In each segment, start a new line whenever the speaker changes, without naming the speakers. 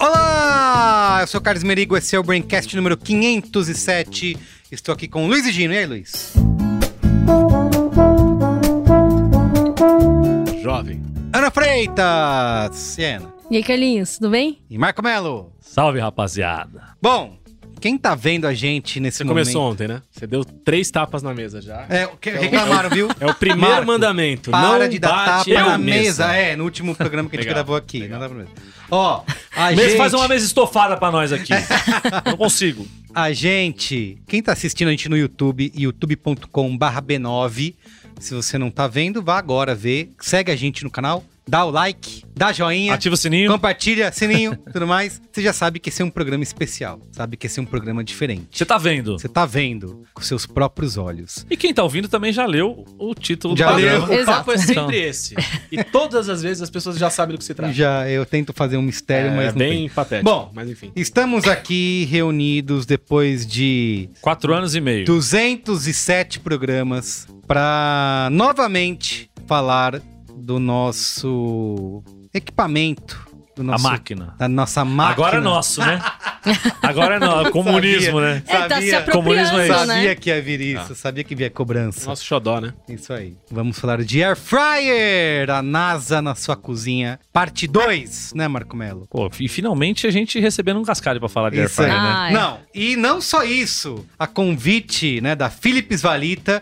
Olá, eu sou o Carlos Merigo, esse é o Braincast número 507. Estou aqui com o Luiz e Gino. E aí, Luiz?
Jovem.
Ana Freitas, Siena.
E aí, Carlinhos, tudo bem?
E Marco Melo.
Salve, rapaziada.
Bom, quem tá vendo a gente nesse
Você
momento...
começou ontem, né? Você deu três tapas na mesa já.
É, o que- reclamaram, viu?
É o primeiro
Marco,
mandamento.
Para
não
de dar
bate
tapa
a
na mesa. É, no último programa que a gente
Legal,
gravou aqui. Não dá pra mesa. Ó, a
Mesmo
gente... É.
faz uma mesa estofada pra nós aqui. não consigo.
A gente, quem tá assistindo a gente no YouTube, youtube.com B9. Se você não tá vendo, vá agora ver. Segue a gente no canal, dá o like, dá joinha,
Ativa o sininho.
compartilha, sininho, tudo mais. Você já sabe que esse é um programa especial, sabe que esse é um programa diferente.
Você tá vendo.
Você tá vendo com seus próprios olhos.
E quem tá ouvindo também já leu o título
Já
do
leu.
programa.
O papo
é
sempre esse. E todas as vezes as pessoas já sabem do que se trata.
Já eu tento fazer um mistério,
Tá. É,
mas não
bem
tem.
patético.
Bom,
mas enfim.
Estamos aqui reunidos depois de
Quatro anos e meio.
207 programas para novamente falar do nosso equipamento, do
A
nosso-
máquina.
da nossa máquina.
Agora é nosso, né? Agora é nosso. Comunismo, né? Tá.
É, tá se
Sabia.
Comunismo
apropriando,
é isso.
Sabia
né?
que ia vir isso, sabia que via cobrança.
Nosso xodó, né?
Isso aí. Vamos falar de Air Fryer, a NASA na sua cozinha, parte 2, né, Marco Melo?
Pô, e finalmente a gente recebendo um cascalho pra falar de
Isso aí,
Airfryer, né?
Ah, é.
Não, e não só isso, a convite, né, da Philips Valita,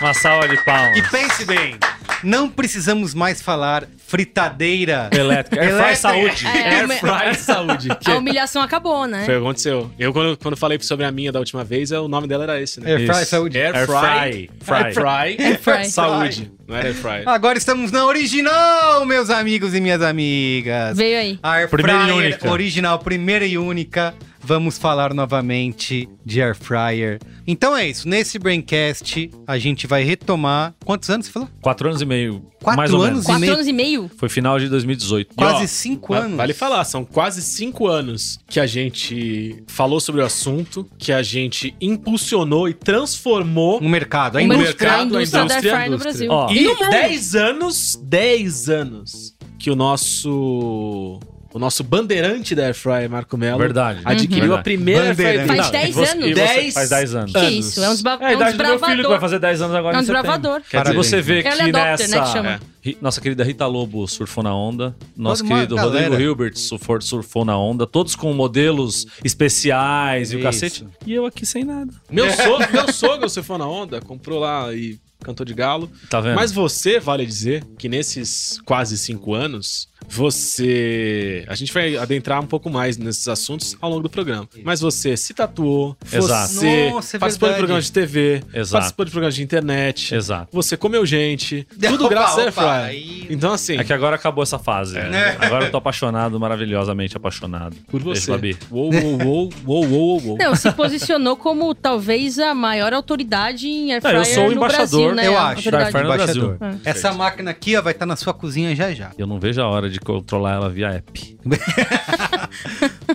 Uma salva de palmas.
E pense bem, não precisamos mais falar fritadeira.
Elétrica. Airfryer
Elétrica.
saúde.
É,
Air
uma- É
Airfryer saúde.
A humilhação acabou, né?
Foi o que aconteceu. Eu, quando, quando falei sobre a minha da última vez, eu- o nome dela era esse, né?
Air Fry
Isso.
Saúde.
Air,
Air
Fry.
Fry.
Air Fry.
Air Fry.
é Saúde. Não era Air Fry.
Agora estamos na original, meus amigos e minhas amigas.
Veio aí.
A Air
Primeira e
Fryer
única.
original, primeira e única. Vamos falar novamente de Air Fryer. Então é isso, nesse Braincast a gente vai retomar... Quantos anos você falou?
Quatro anos e meio.
Quatro
mais ou
anos e-
menos.
Quatro
meio.
anos e meio?
Foi final de 2018.
Quase
E,
cinco
Va-
anos.
Vale falar, são quase cinco anos que a gente falou sobre o assunto, que a gente impulsionou e transformou
No mercado,
O
ainda.
mercado,
mercado, a
a
indústria da
indústria,
Air Fry
a
no
indústria.
Brasil.
Ó.
E 10 anos, 10 anos que o nosso o nosso bandeirante da Airfryer, Marco
ó,
Melo,
É
Uhum.
Verdade.
adquiriu
Verdade.
a primeira
Bandeirante.
Airfryer.
Faz
Não,
10
e você-
anos.
e você-
Dez
Faz 10 anos.
Que
anos.
isso? É um desbra-
É a
é um
idade do meu filho que vai
desbravador.
fazer 10 anos agora
É um
em setembro.
desbravador.
Quer dizer,
Parabéns,
você vê
né?
que
Early adopter,
nessa...
né, que chama.
É. Ri- Nossa querida Rita Lobo surfou na onda. Nosso
Toda uma
querido Rodrigo
galera.
Hilbert surfou, surfou na onda. Todos com modelos especiais e o
Isso.
cacete. E eu aqui sem nada.
Meu sogro, meu sogro, você foi na onda, comprou lá e cantou de galo.
Tá vendo?
Mas você, vale dizer, que nesses quase cinco anos, você. A gente vai adentrar um pouco mais nesses assuntos ao longo do programa. Mas você se tatuou,
Exato.
você
Nossa, é
participou
verdade.
de programas de TV,
Exato.
participou de programas de internet,
Exato.
você comeu gente, tudo é
Opa,
graças a
opa,
Airfryer.
aí-
Então, assim,
É que agora acabou essa fase. né? Agora eu tô apaixonado, maravilhosamente apaixonado.
É. por você.
Beijo, Babi.
Uou, uou, uou, uou, uou, uou.
Não, se posicionou como talvez a maior autoridade em Air
Não,
Fryer
eu sou o
no
embaixador,
Brasil, né?
eu
A
acho,
autoridade. É.
Air Fryer no
Embaixador.
Brasil.
Essa máquina aqui ó, vai estar na sua cozinha já já.
Eu não vejo a hora de controlar ela via app.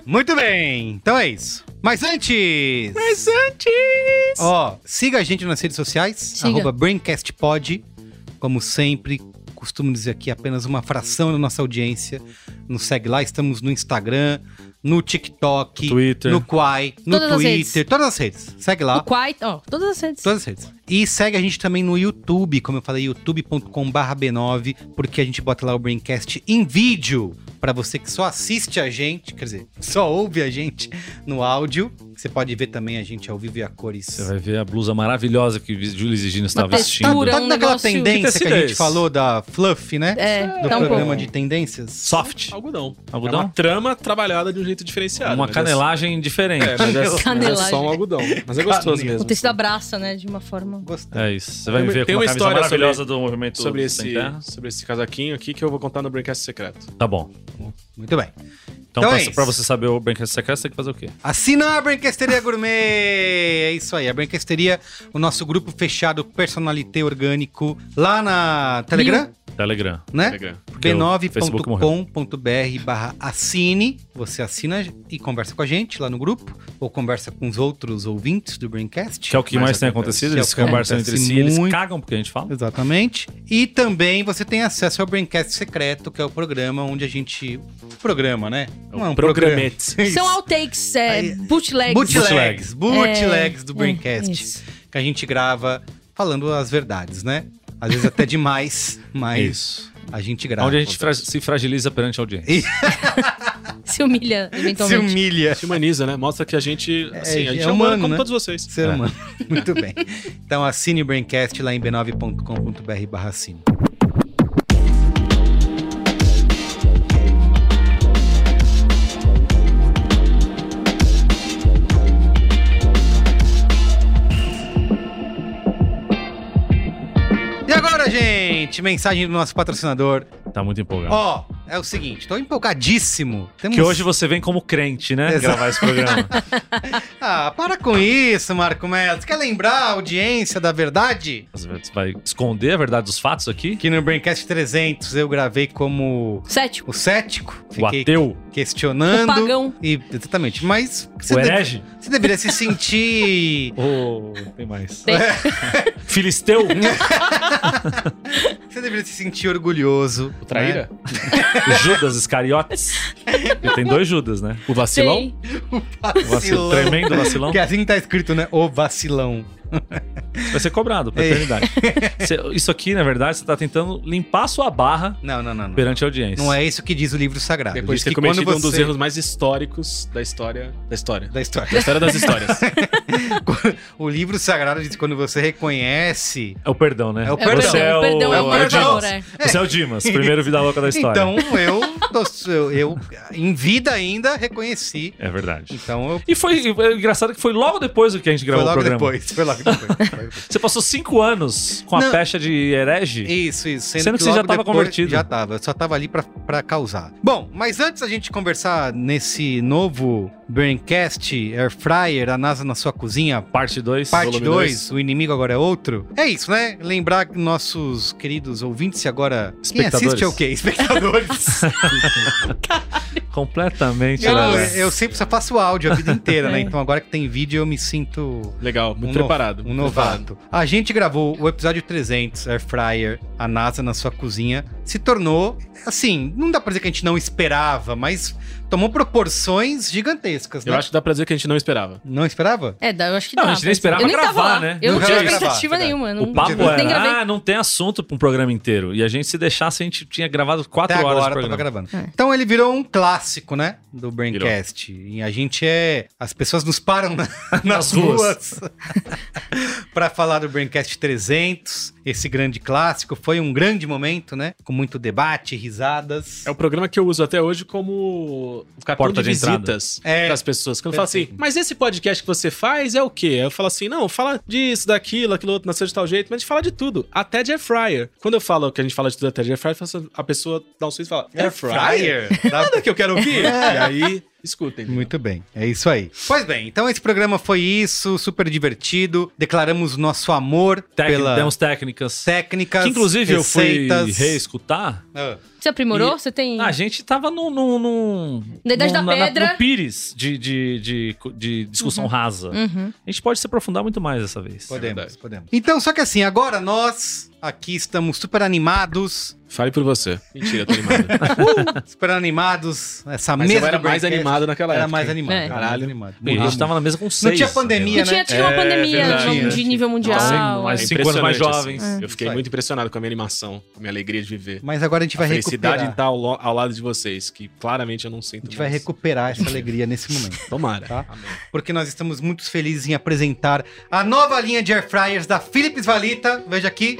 Muito bem, então é isso. Mas antes. Mas antes. Ó, siga a gente nas redes sociais,
Siga.
arroba BraincastPod. Como sempre, costumo dizer aqui apenas uma fração da nossa audiência. Nos segue lá, estamos no Instagram, no TikTok,
Twitter.
no Quai, no
Todas as
Twitter,
redes.
todas as redes. Segue lá.
O Quite, ó, todas as redes.
Todas as redes. E segue a gente também no YouTube, como eu falei, youtube.com/barra b9, porque a gente bota lá o Braincast em vídeo pra você que só assiste a gente, quer dizer, só ouve a gente no áudio. Você pode ver também a gente ao vivo e a cores. Tá
Você vai ver a blusa maravilhosa que Júlia e Gino está
Uma
vestindo.
textura.
Tá
um
naquela
negócio-
tendência que,
Que
a gente
tecido é
falou da Fluff, né?
É,
Do
tá um
programa
pouco.
de tendências.
Soft.
Algodão.
Algodão?
É uma trama trabalhada de um jeito diferenciado.
Uma
mas é-
canelagem diferente.
É, mas é, mas é
Canelagem.
só um algodão. Mas é gostoso
Canelagem.
mesmo.
O tecido abraça, né? De uma forma.
Gostei.
É isso. Você vai me
Tem-
ver com
tem
uma,
uma
camisa
história
maravilhosa do movimento
Sobre
Sem
esse,
Terra.
sobre esse casaquinho aqui que eu vou contar no Braincast Secreto.
Tá bom.
Muito bem.
Então,
Então é
pra,
isso.
pra você saber o Braincast Secreto, você tem que fazer o quê?
Assina a Branquesteria Gourmet! É isso aí, a Branquesteria, o nosso grupo fechado Personalité Orgânico, lá na Telegram,
Telegram.
né?
Telegram.
Porque o Facebook morreu.
b9.com.br barra assine, você assina e conversa com a gente lá no grupo, ou conversa com os outros ouvintes do Braincast.
Que é o que
Mas
mais, tem
acontece.
acontecido.
Que é o
Eles
que
conversam
acontece
entre si, eles
muito.
cagam porque a gente fala.
Exatamente. E também você tem acesso ao Braincast Secreto, que é o programa onde a gente... Programa, né?
É o
Não,
programete.
programa.
São outtakes, é,
Aí-
bootlegs.
Bootlegs. Bootlegs do
É,
Braincast.
isso.
que a gente grava falando as verdades, né? Às vezes até demais,
É
mas
É Isso.
a gente grava.
Onde a gente fra- se fragiliza perante a audiência.
Se humilha,
se
eventualmente.
humilha.
Se humaniza, né? Mostra que a gente, assim,
é
a gente é humano,
humano,
como
né?
todos vocês.
Ser
É.
humano. Muito bem. Então assine o Braincast lá em b9.com.br barra assine. E agora, gente, mensagem do nosso patrocinador,
Tá muito empolgado.
Ó, é o seguinte, tô empolgadíssimo. Temos-
que hoje você vem como crente, né?
Exato.
Gravar esse programa.
Ah, para com isso, Marco Melo. Você quer lembrar a audiência da verdade?
Você vai esconder a verdade dos fatos aqui?
Que no Braincast 300 eu gravei como
Cético.
o cético.
O
Fiquei
ateu?
questionando.
O pagão.
E, exatamente, mas você,
O
deve-
herege?
você deveria se sentir...
Ou tem mais?
Tem.
Filisteu?
Você deveria se sentir orgulhoso. né?
O traíra?
Judas Iscariotes? Porque tem dois Judas, né?
É. O vacilão?
Tem.
Né?
Vacilão.
Vacilão.
Tremendo vacilão.
Que assim tá escrito, né? O vacilão.
Vai ser cobrado pra
Ei.
eternidade. Você- isso aqui, na verdade, você tá tentando limpar a sua barra
Não, não, não. Não,
perante a audiência.
não é isso que diz o livro sagrado.
Depois
Diz
de ter
que quando
cometido um dos
você-
erros mais históricos da história. Da história.
Da história.
Da história das histórias.
O livro sagrado diz que quando você reconhece
É o perdão, né?
É o
É o
Perdão.
Você é
perdão,
o,
perdão, é o
é o
perdão,
Dimas.
é.
Você é o Dimas, primeiro vida louca da história.
Então eu, tô- eu, eu, em vida ainda, reconheci.
É verdade.
Então eu.
E foi e é engraçado que foi logo depois do que a gente
Foi
gravou
logo
o programa.
depois. Foi logo depois. foi logo depois.
Você passou cinco anos com a
Não.
pecha de herege?
Isso, isso.
Sendo que você já
logo
tava
depois-
convertido.
Já tava. Eu só tava ali pra, pra causar. Bom, mas antes da gente conversar nesse novo Braincast Air Fryer, a NASA na sua cozinha,
Parte 2.
Parte
Volume
2, o inimigo agora é outro. É isso, né? Lembrar que nossos queridos ouvintes e agora. Quem
Espectadores.
assiste é o quê? Espectadores.
Completamente.
eu,
né?
eu sempre só faço áudio a vida inteira,
É.
né? Então agora que tem vídeo eu me sinto
Legal, muito
Um no-
preparado.
Um
muito preparado.
novato. A gente gravou o episódio 300, Air Fryer, a NASA na sua cozinha. Se tornou, assim, não dá pra dizer que a gente não esperava, mas tomou proporções gigantescas, né?
Eu acho que dá pra dizer que a gente não esperava.
Não esperava?
É, dá- eu acho que
Não,
dá.
a gente nem esperava
eu nem tava
gravar,
lá.
né?
Eu não,
Não
tinha
gravar,
expectativa
gravar.
nenhuma. Não,
O papo
tive-
nem
era,
gravei.
ah, não tem assunto pra um programa inteiro. E a gente se deixasse, a gente tinha gravado quatro
Até
horas de
agora tava
programa.
gravando.
É.
Então ele virou um clássico, né? Do Braincast. E a gente é. As pessoas nos param na- nas
Nas ruas.
ruas pra falar do Braincast 300. Esse grande clássico. Foi um grande momento, né? Com muito debate, risadas.
É o programa que eu uso até hoje como o cartão
Porta
de,
de entrada.
visitas
É.
das pessoas. Quando fala assim,
Perfeito.
mas esse podcast que você faz é o quê? Eu falo assim, não, fala disso, daquilo, aquilo outro, nasceu de tal jeito, mas a gente fala de tudo, até de air fryer. Quando eu falo que a gente fala de tudo até de air fryer, eu faço- a pessoa dá um suíço e fala,
É
air fryer?
Dá-
Nada que eu quero ouvir. e aí, escutem.
É. Muito bem, é isso aí. Pois bem, então esse programa foi isso, super divertido. Declaramos o nosso amor
Tec-
pelas
Demos técnicas.
técnicas,
que inclusive eu
receitas.
fui reescutar. Ah,
Ah,
é
Você aprimorou? Você tem.
A gente tava num. num, num
Na Idade
num-
da
na- na-
Pedra.
no pires de, de, de, de discussão rasa.
Uhum.
A gente pode se aprofundar muito mais dessa vez.
podemos,
verdade.
podemos. Então, só que assim, agora nós aqui estamos super animados,
Fale por você. Mentira, tô animado.
super animados. Essa
mas
mesa
eu era
do
mais
Braincast
animado naquela
Era
época.
mais
hein?
animado.
É.
era mais
Caralho.
animado.
Bem, a gente
Muito
tava na mesa com seis.
Não tinha
né?
pandemia,
Não tinha,
né?
tinha uma
É,
pandemia
verdade.
não, de nível mundial.
Sim, mas
É
cinco anos mais
impressionante,
jovens.
assim. Eu fiquei
Isso aí.
muito impressionado com a minha animação, com a minha alegria de viver.
Mas agora a gente
A
vai
felicidade felicidade em
recuperar.
estar ao, lo- ao lado de vocês, que claramente eu não sinto.
A gente vai
mais.
recuperar essa alegria nesse momento,
Tomara.
tá? Porque nós estamos muito felizes em apresentar a nova linha de air fryers da Philips Valita. Veja aqui.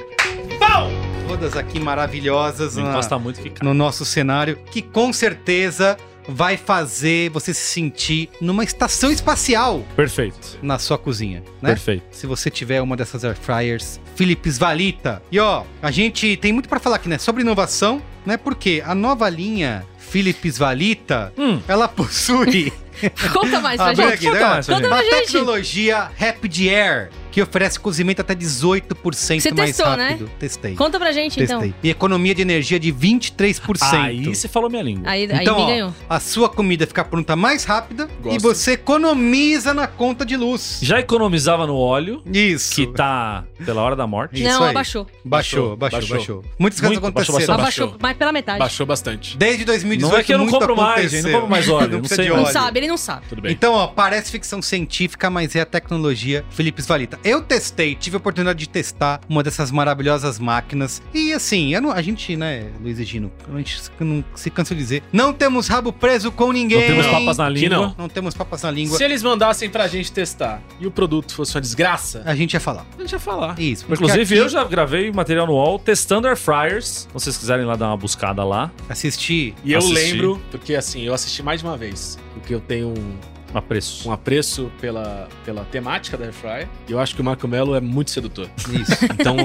Todas aqui maravilhosas
Não
na,
encosta muito que cai.
no nosso cenário, que com certeza vai fazer você se sentir numa estação espacial
Perfeito.
na sua cozinha, né?
Perfeito.
Se você tiver uma dessas air fryers, Philips Valita. E ó, a gente tem muito pra falar aqui, né? Sobre inovação, né? Porque a nova linha Philips Valita,
Hum.
ela possui
Conta mais pra
Abre
gente.
aqui, né?
Conta mais pra
Conta
gente.
uma
pra gente.
tecnologia Rapid Air, que oferece cozimento até 18%
Você
mais
testou, né?
rápido. Testei.
Conta pra gente, então.
Testei. E economia de energia de 23%.
Aí você falou minha língua.
Aí, aí
Então,
me
ó,
ganhou.
A sua comida fica pronta mais rápida e
Gosto.
você economiza na conta de luz.
Já economizava no óleo,
Isso.
que tá pela hora da morte.
isso
Não,
aí.
abaixou.
Baixou, baixou, baixou,
Baixou.
Muitas coisas
Muito, baixou
aconteceram.
bastante.
Abaixou, mas pela metade.
Baixou bastante.
Desde 2018,
Não é que eu não
muito
compro mais,
aconteceu.
gente, não compro mais óleo,
Não
não
precisa de
sei mais.
Não
óleo.
sabe, ele não sabe.
Tudo bem.
Então, ó, parece ficção científica, mas é a tecnologia Philips Valita. Eu testei, tive a oportunidade de testar uma dessas maravilhosas máquinas. E assim, eu não- a gente, né, Luiz e Gino, a gente se- não se cansa de dizer, não temos rabo preso com
Não
ninguém.
temos papas na língua.
não.
Não temos papas na língua.
Se eles mandassem pra gente testar e o produto fosse uma desgraça,
A gente ia falar.
a gente ia falar.
Isso. porque
Inclusive,
aqui-
eu já gravei material no UOL testando air fryers. Se vocês quiserem lá dar uma buscada lá,
Assisti.
E eu
Assisti.
lembro, porque assim, eu assisti mais de uma vez, porque eu tenho um,
a preço.
um apreço pela, pela temática da Airfryer, e eu acho que o Marco Melo é muito sedutor.
Isso.
Então,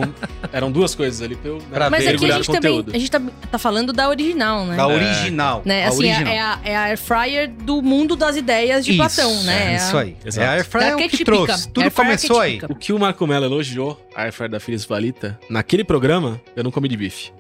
eram duas coisas ali pra eu né,
Pra
Mas aqui
ver.
a
mergulhar
gente
no
também.
conteúdo.
A gente tá, tá falando da original, né?
Da original.
Né,
a
Assim, é-
original.
é a, é a air fryer do mundo das ideias de
Isso,
Platão, né?
É
É
isso
a-
aí.
Exato.
É a Airfryer é o que
Arquetípica.
trouxe. Tudo
Airfryer
começou aí.
arquetípica.
O que o Marco Mello elogiou, a Airfryer da Feliz Valita, naquele programa, eu não comi de bife.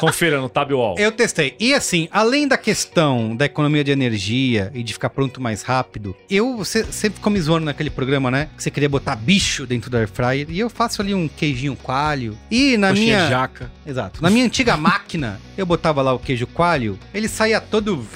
Confira no Tab UOL.
Eu testei. E assim, além da questão da economia de energia e de ficar pronto mais rápido, eu você sempre ficou me zoando naquele programa, né? Que você queria botar bicho dentro do air fryer e eu faço ali um queijinho coalho. E na
Coxinha
minha,
jaca.
exato, na minha antiga máquina, eu botava lá o queijo coalho, ele saía todo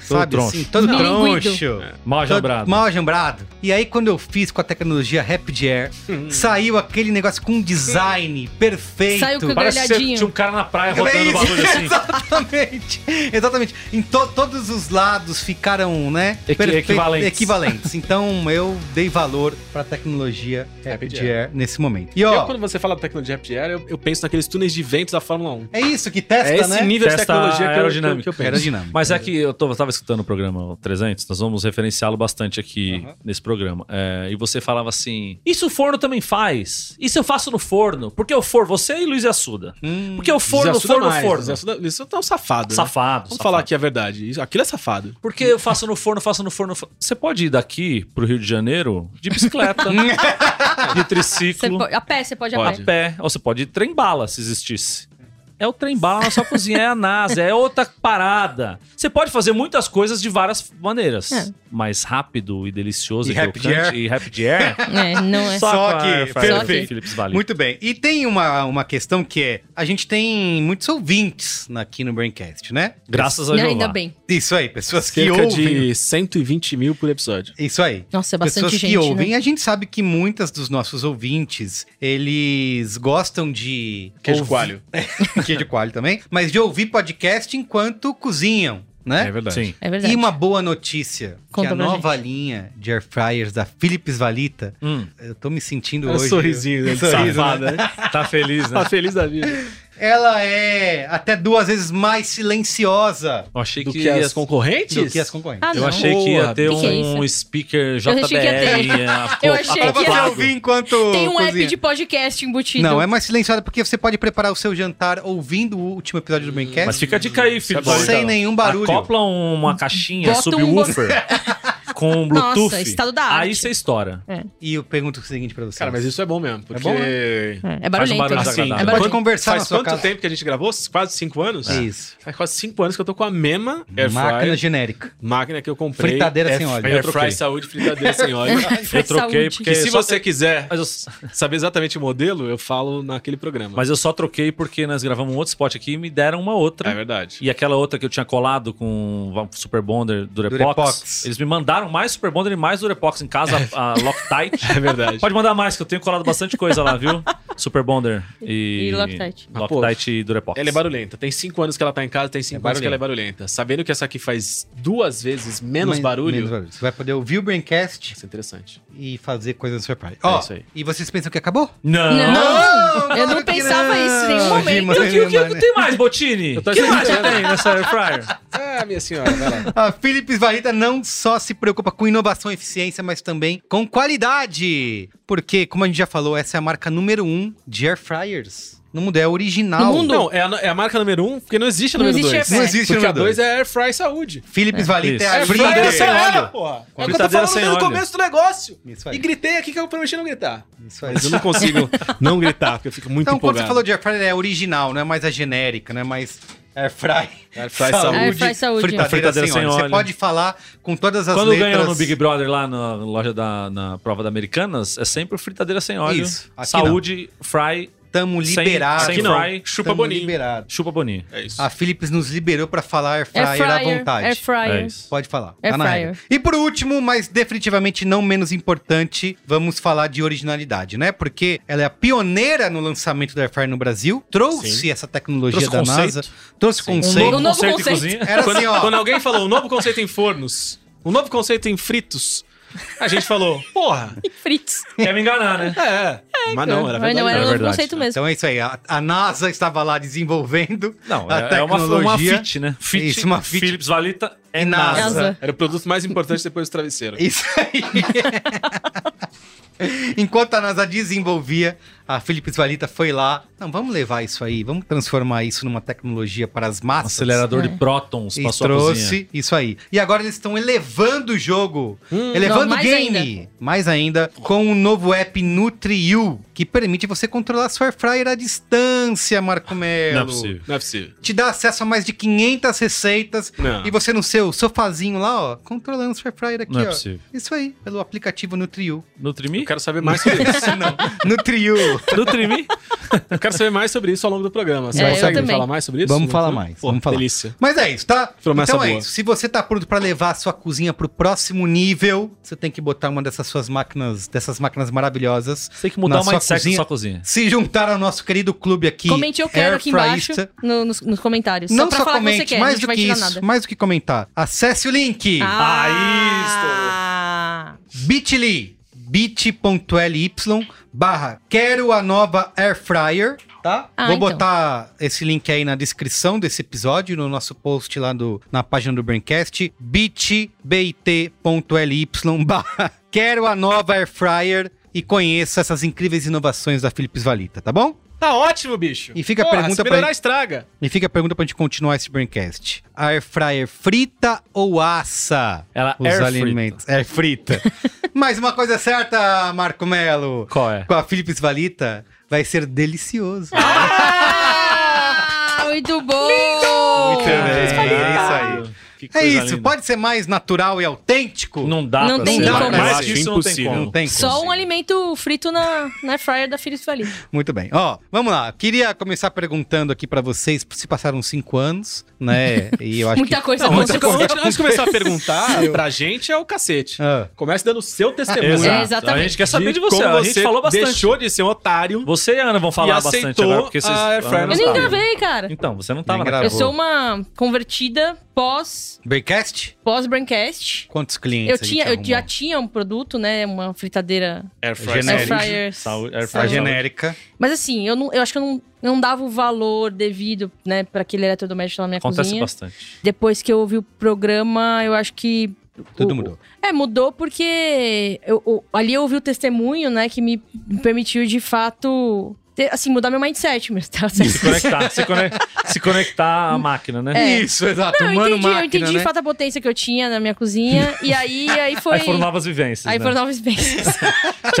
Sabe
troncho.
assim, todo
Não.
troncho.
Mal
todo
jambrado.
Mal ajambrado. E aí, quando eu fiz com a tecnologia Rapid Air, saiu aquele negócio com um design perfeito.
Saiu com-
Parece que você
grelhadinho.
tinha um cara na praia
É
rodando o
isso,
bagulho assim.
Exatamente. Exatamente. Em to- todos os lados ficaram, né?
Equi-
perfeito-
equivalentes.
equivalentes. Então eu dei valor pra tecnologia
Rapid
Rapid Air nesse momento. E
Eu,
ó,
quando você fala de tecnologia Happy Air, eu, eu penso naqueles túneis de ventos da Fórmula 1.
é isso que testa,
é esse
né?
nível de
Testa
tecnologia que eu- que eu, que
aerodinâmica.
eu penso.
Aerodinâmica. né?
Mas é que eu tô- tava escutando o programa 300, nós vamos referenciá-lo bastante aqui nesse programa. É, e você falava assim: Isso o forno também faz. Isso eu faço no forno. Porque o forno, você e Luiz e Assuda.
Hum,
Porque o forno,
Desassuda
forno,
mais,
forno.
desassuda- Isso tá um safado. né?
Safado.
Vamos
safado.
falar aqui a verdade. Isso- Aquilo é safado.
Porque eu faço no forno, faço no forno. fa- Você pode ir daqui pro Rio de Janeiro de bicicleta, de
Você
triciclo,
po- a pé, você pode, a
Pode.
pé.
a pé. Ou você pode ir trem-bala, se existisse. É o trem-bala na sua cozinha, é a NASA, é outra parada. Você pode fazer muitas coisas de várias maneiras.
É.
Mais rápido e delicioso
E rapid air.
e rapid air.
É, não é.
Só
com a
que-
air fryer
só
do
que-
Philips Valley.
Muito bem. E tem uma, uma questão que é: a gente tem muitos ouvintes na- aqui no Braincast, né?
Graças a
Não,
Jeová.
ainda bem.
Isso aí, pessoas que
Cerca
ouvem.
de 120 mil por episódio.
Isso aí.
Nossa, é bastante
pessoas
gente.
que
né?
ouvem. A gente sabe que muitas dos nossos ouvintes, eles gostam de
Queijo
ouvir-
coalho.
queijo coalho também, mas de ouvir podcast enquanto cozinham, né?
verdade.
Sim.
É verdade.
E uma boa notícia,
Conta
que a
pra
nova linha de air fryers da Philips Valita,
Hum,
eu tô me sentindo
Olha o
hoje.
sorrisinho dele,
Sorriso,
safado, né?
tá feliz, né?
Tá feliz da vida.
Ela é até duas vezes mais silenciosa
Eu achei
Do
que,
que as
as
concorrentes?
do que as concorrentes.
Ah,
Eu
não.
achei que ia
Boa,
ter
que que é
um speaker JBL.
achei que ia ter.
aco-
Eu achei que ia-
Pra você
é
acoplado.
ouvir enquanto
Tem um app
cozinha.
de podcast embutido.
Não, é mais silenciosa porque você pode preparar o seu jantar ouvindo o último episódio do
né?
Braincast.
Mas fica a dica aí, filho.
bom, então.
sem nenhum barulho.
Acopla uma caixinha
Bota um
subwoofer com um
Nossa,
Bluetooth.
estado da arte.
Aí você estoura.
E eu pergunto o seguinte pra vocês.
Cara, mas isso é bom mesmo, porque...
bom,
É barulhento.
um barulho
né?
desagradável.
É
Pode
barulhento.
conversar na
Faz
sua
quanto
casa.
tempo que a gente gravou? Quase cinco anos?
Isso.
Faz quase cinco anos que eu tô com a mesma air
Máquina
fryer,
genérica.
máquina que eu comprei.
Fritadeira
Air-
sem óleo.
Aí eu
É Air
troquei.
fry saúde, fritadeira sem óleo.
Eu troquei
É Saúde.
porque.
Que se
só-
você quiser
Mas eu,
saber exatamente o modelo, eu falo naquele programa. É
mas eu só troquei porque nós gravamos um outro spot aqui e me deram uma outra.
É verdade.
E aquela outra que eu tinha colado com um Super Bonder Durepox,
Durepox.
eles me mandaram mais Super Bonder e mais Durepox em casa, a, a Loctite.
É verdade.
Pode mandar mais, que eu tenho colado bastante coisa lá, viu? Super Bonder e.
E Loctite.
Loctite e Durepox.
Ela Ah, é barulhenta. Tem cinco anos que ela tá em casa, tem cinco
É
anos que ela é barulhenta. Sabendo que essa aqui faz duas vezes menos
Men-
barulho,
menos barulho. Você vai poder ouvir o Braincast
isso é interessante.
e fazer coisas no seu pai.
É
Ó,
isso aí.
e vocês pensam que acabou?
Não!
Não!
eu não
claro que
pensava isso em nenhum
Não,
momento.
Gima,
Então, o que, o que- o que
né?
tem mais, Botini? O
Eu tô
que mais que
sentindo. né?
tem nessa air fryer?
Ah, minha senhora, vai lá.
A Ah, Philips Varita não só se preocupa com inovação e eficiência, mas também com qualidade. Porque, como a gente já falou, essa é a marca número um de air fryers. No mundo, é a original.
No mundo?
Não, é a, é a marca número um, porque não existe a
Não
número
existe
dois.
air fryer.
Não existe
porque a
número dois.
dois é Air Fry Saúde.
Philips Varita é, a
Air Fry
brincadeira.
é ela, porra. É o que eu tô
Fritadeira
falando
sem
desde o
óleo.
começo do negócio.
Isso aí.
E gritei aqui que eu prometi não gritar.
Isso aí.
Mas eu não consigo não gritar, porque eu fico muito
Então, quando
empolgado.
você falou de air fryer, é original, não é mais a genérica, não é mais air fry.
Air fry saúde.
Air fry saúde.
Fritadeira,
Fritadeira
sem
sem
óleo. Você
óleo.
pode falar com todas as
Quando
letras.
ganham no Big Brother lá na loja da na prova da Americanas, é sempre o fritadeira sem óleo.
Isso. Aqui
Saúde, fry,
Tamo
sem-
liberado.
sem
Aqui não.
fry,
Chupa
Tamo
boninho.
liberado.
chupa boninho.
É isso.
A Philips nos liberou pra falar air fryer,
É fryer,
à vontade.
é fryer.
É isso.
Pode falar.
Air
tá na
fryer.
regra. E por último, mas definitivamente não menos importante, vamos falar de originalidade, né? Porque ela é a pioneira no lançamento da Air Fryer no Brasil, trouxe essa tecnologia
Trouxe
da
conceito.
NASA, trouxe
Um
conceito.
novo
conceito de
conceito.
cozinha.
Era
quando,
assim, ó.
quando alguém falou um novo conceito em fornos, um novo conceito em fritos, a gente falou, porra,
Fritz.
Quer me enganar, né?
é. mas não, era
Mas
verdade.
não, era
Era
um
verdade.
conceito mesmo.
Então é isso aí. A, a NASA estava lá desenvolvendo
Não,
a
é, é uma,
tecnologia.
uma fit, né? Fit,
Isso, uma fit.
Philips Valita é
E NASA.
NASA.
NASA.
Era o produto mais importante depois do travesseiro.
Isso aí. Enquanto a NASA desenvolvia, a Philips Valita foi lá. Não, vamos levar isso aí, vamos transformar isso numa tecnologia para as
Um
massas.
Acelerador
É.
de prótons
E
passou a cozinha.
trouxe isso aí. E agora eles estão elevando o jogo, elevando
Hum, não,
o
mais
game. Mais ainda, com o novo app NutriU, que permite você controlar sua air fryer à distância, Marco Melo.
Não é possível.
Não é possível.
Te dá acesso a mais de 500 receitas.
Não.
E você no seu sofazinho lá, ó, controlando sua air fryer aqui,
Não é
ó.
possível.
Isso aí, pelo aplicativo NutriU.
Nutrimi?
Eu quero saber mais sobre isso.
NutriU.
Nutrimi?
Eu quero saber mais sobre isso ao longo do programa. Você
É, eu
consegue me
também.
falar mais sobre isso?
Vamos
Não
falar
foi?
mais,
Pô,
vamos falar.
Delícia.
Mas é isso, tá?
Promessa
então é
boa.
isso. Se você tá pronto pra levar a sua cozinha pro próximo nível, você tem que botar uma dessas suas máquinas, dessas máquinas maravilhosas,
Você tem que mudar
Na
o
sua
mindset
cozinha?
da sua cozinha.
se juntar ao nosso querido clube aqui.
Comente eu quero aqui embaixo
Airfryista.
no- nos, nos comentários.
Não
só pra
só
falar que
comente,
você quer, a
mais
gente
do
vai
que
tirar
isso,
nada.
mais do que comentar. Acesse o link
Ah,
bit.ly bit.ly barra quero a nova air fryer, tá?
Ah,
Vou
então.
botar esse link aí na descrição desse episódio, no nosso post lá do, na página do Braincast, bit, bit.ly barra quero a nova air fryer e conheça essas incríveis inovações da Philips Valita, tá bom?
Tá ótimo, bicho.
E fica a
Porra,
pergunta
se
pra
melhorar,
ele-
estraga.
E fica a pergunta pra gente continuar esse Braincast. Air fryer frita ou assa?
Ela
Os
air
alimentos. É frita. Mas uma coisa é certa, Marco Melo.
Qual é? Ah,
Com a Philips Valita, vai ser delicioso.
Ah, muito bom!
Muito bem,
Ah,
é isso aí.
que
É
coisa
isso,
linda.
pode ser mais natural e autêntico?
Não dá
Não
pra
tem
ser.
nem
mais-
como.
Mais
Acho
que isso não tem
impossível.
como.
Não tem
Só
como.
um alimento frito na, na fryer da Philips Valida.
Muito bem. Ó, vamos lá. Queria começar perguntando aqui pra vocês, se passaram cinco anos, né? E eu acho
Muita
que...
coisa
Não,
boa.
antes, antes- Então, antes de começar a perguntar, pra gente é o cacete.
Ah.
Comece dando o seu testemunho.
Exato.
É, exatamente.
A gente quer saber de
como
você. A gente falou bastante.
Deixou de ser um otário.
Você e a Ana vão
E
falar
aceitou
bastante agora, porque vocês.
a Air Fryer
Ana
no
não
Eu nem
sabe.
gravei, cara.
Então, você não
Nem
tava na
gravou.
Eu sou uma convertida pós
Braincast?
pós-braincast.
Quantos clientes
Eu,
a gente
tinha, eu
arrumou?
já tinha um produto, né? Uma fritadeira
Air
Fryer.
air
Genérico.
fryer.
Saúde, air
A
fryer.
genérica.
Mas assim, eu, não, eu acho que eu não, eu não dava o valor devido, né, pra aquele eletrodoméstico na minha
Acontece
cozinha.
bastante.
Depois que eu ouvi o programa, eu acho que.
Tudo
o-
mudou.
É, mudou porque eu- o- ali eu ouvi o testemunho, né, que me me permitiu de fato. ter- assim, mudar meu mindset, mas tá certo?
Se conectar, se, conec- se conectar à máquina, né?
É,
Isso, exato.
Não, eu
Humano,
entendi, eu
máquina,
entendi de
né?
fato a potência que eu tinha na minha cozinha. e aí, aí foi.
Aí foram novas vivências.
aí
né?
foram novas bênçãos.
Te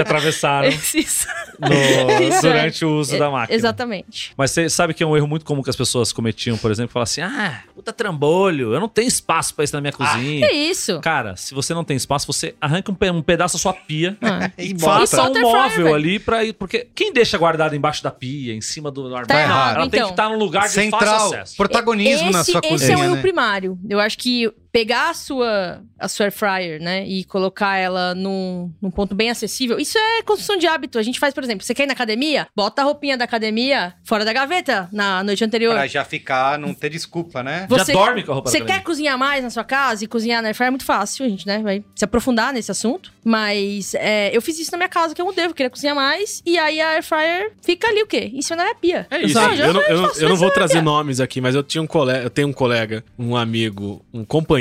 atravessaram
Esses-
no-
Isso é.
durante o uso da máquina.
Exatamente.
Mas você sabe que é um erro muito comum que as pessoas cometiam, por exemplo, falar assim: ah, puta trambolho, eu não tenho espaço pra isso na minha cozinha.
É isso.
Cara, se você não tem espaço, você arranca um, pe- um pedaço da sua pia.
Ah.
E bota.
Faça um
solta air fryer,
móvel
velho.
ali pra ir. Porque quem deixa guardado embaixo da pia, em cima do armário,
errado.
ela tem
Então.
que estar num lugar de fácil
Central,
acesso.
protagonismo na
Esse-
sua
esse
cozinha,
é o erro
né?
primário. Eu acho que pegar a sua, a sua air fryer, né, e colocar ela num, num ponto bem acessível, isso é construção de hábito. A gente faz, por exemplo, você quer ir na academia? Bota a roupinha da academia fora da gaveta na noite anterior.
Pra já ficar, não ter desculpa, né?
Você-
Já dorme com a roupa
Você
da
quer
academia.
cozinhar mais na sua casa e cozinhar na airfryer é muito fácil, a gente, né? Vai se aprofundar nesse assunto. Mas é, eu fiz isso na minha casa, que eu mudei, eu queria cozinhar mais. E aí a airfryer fica ali o quê? Em cima da minha pia.
É isso.
Ah, já
Eu não, eu não-
faço
eu não vou
essa
trazer
ideia.
nomes aqui, mas eu tinha um colega, eu tenho um colega, um amigo, um companheiro,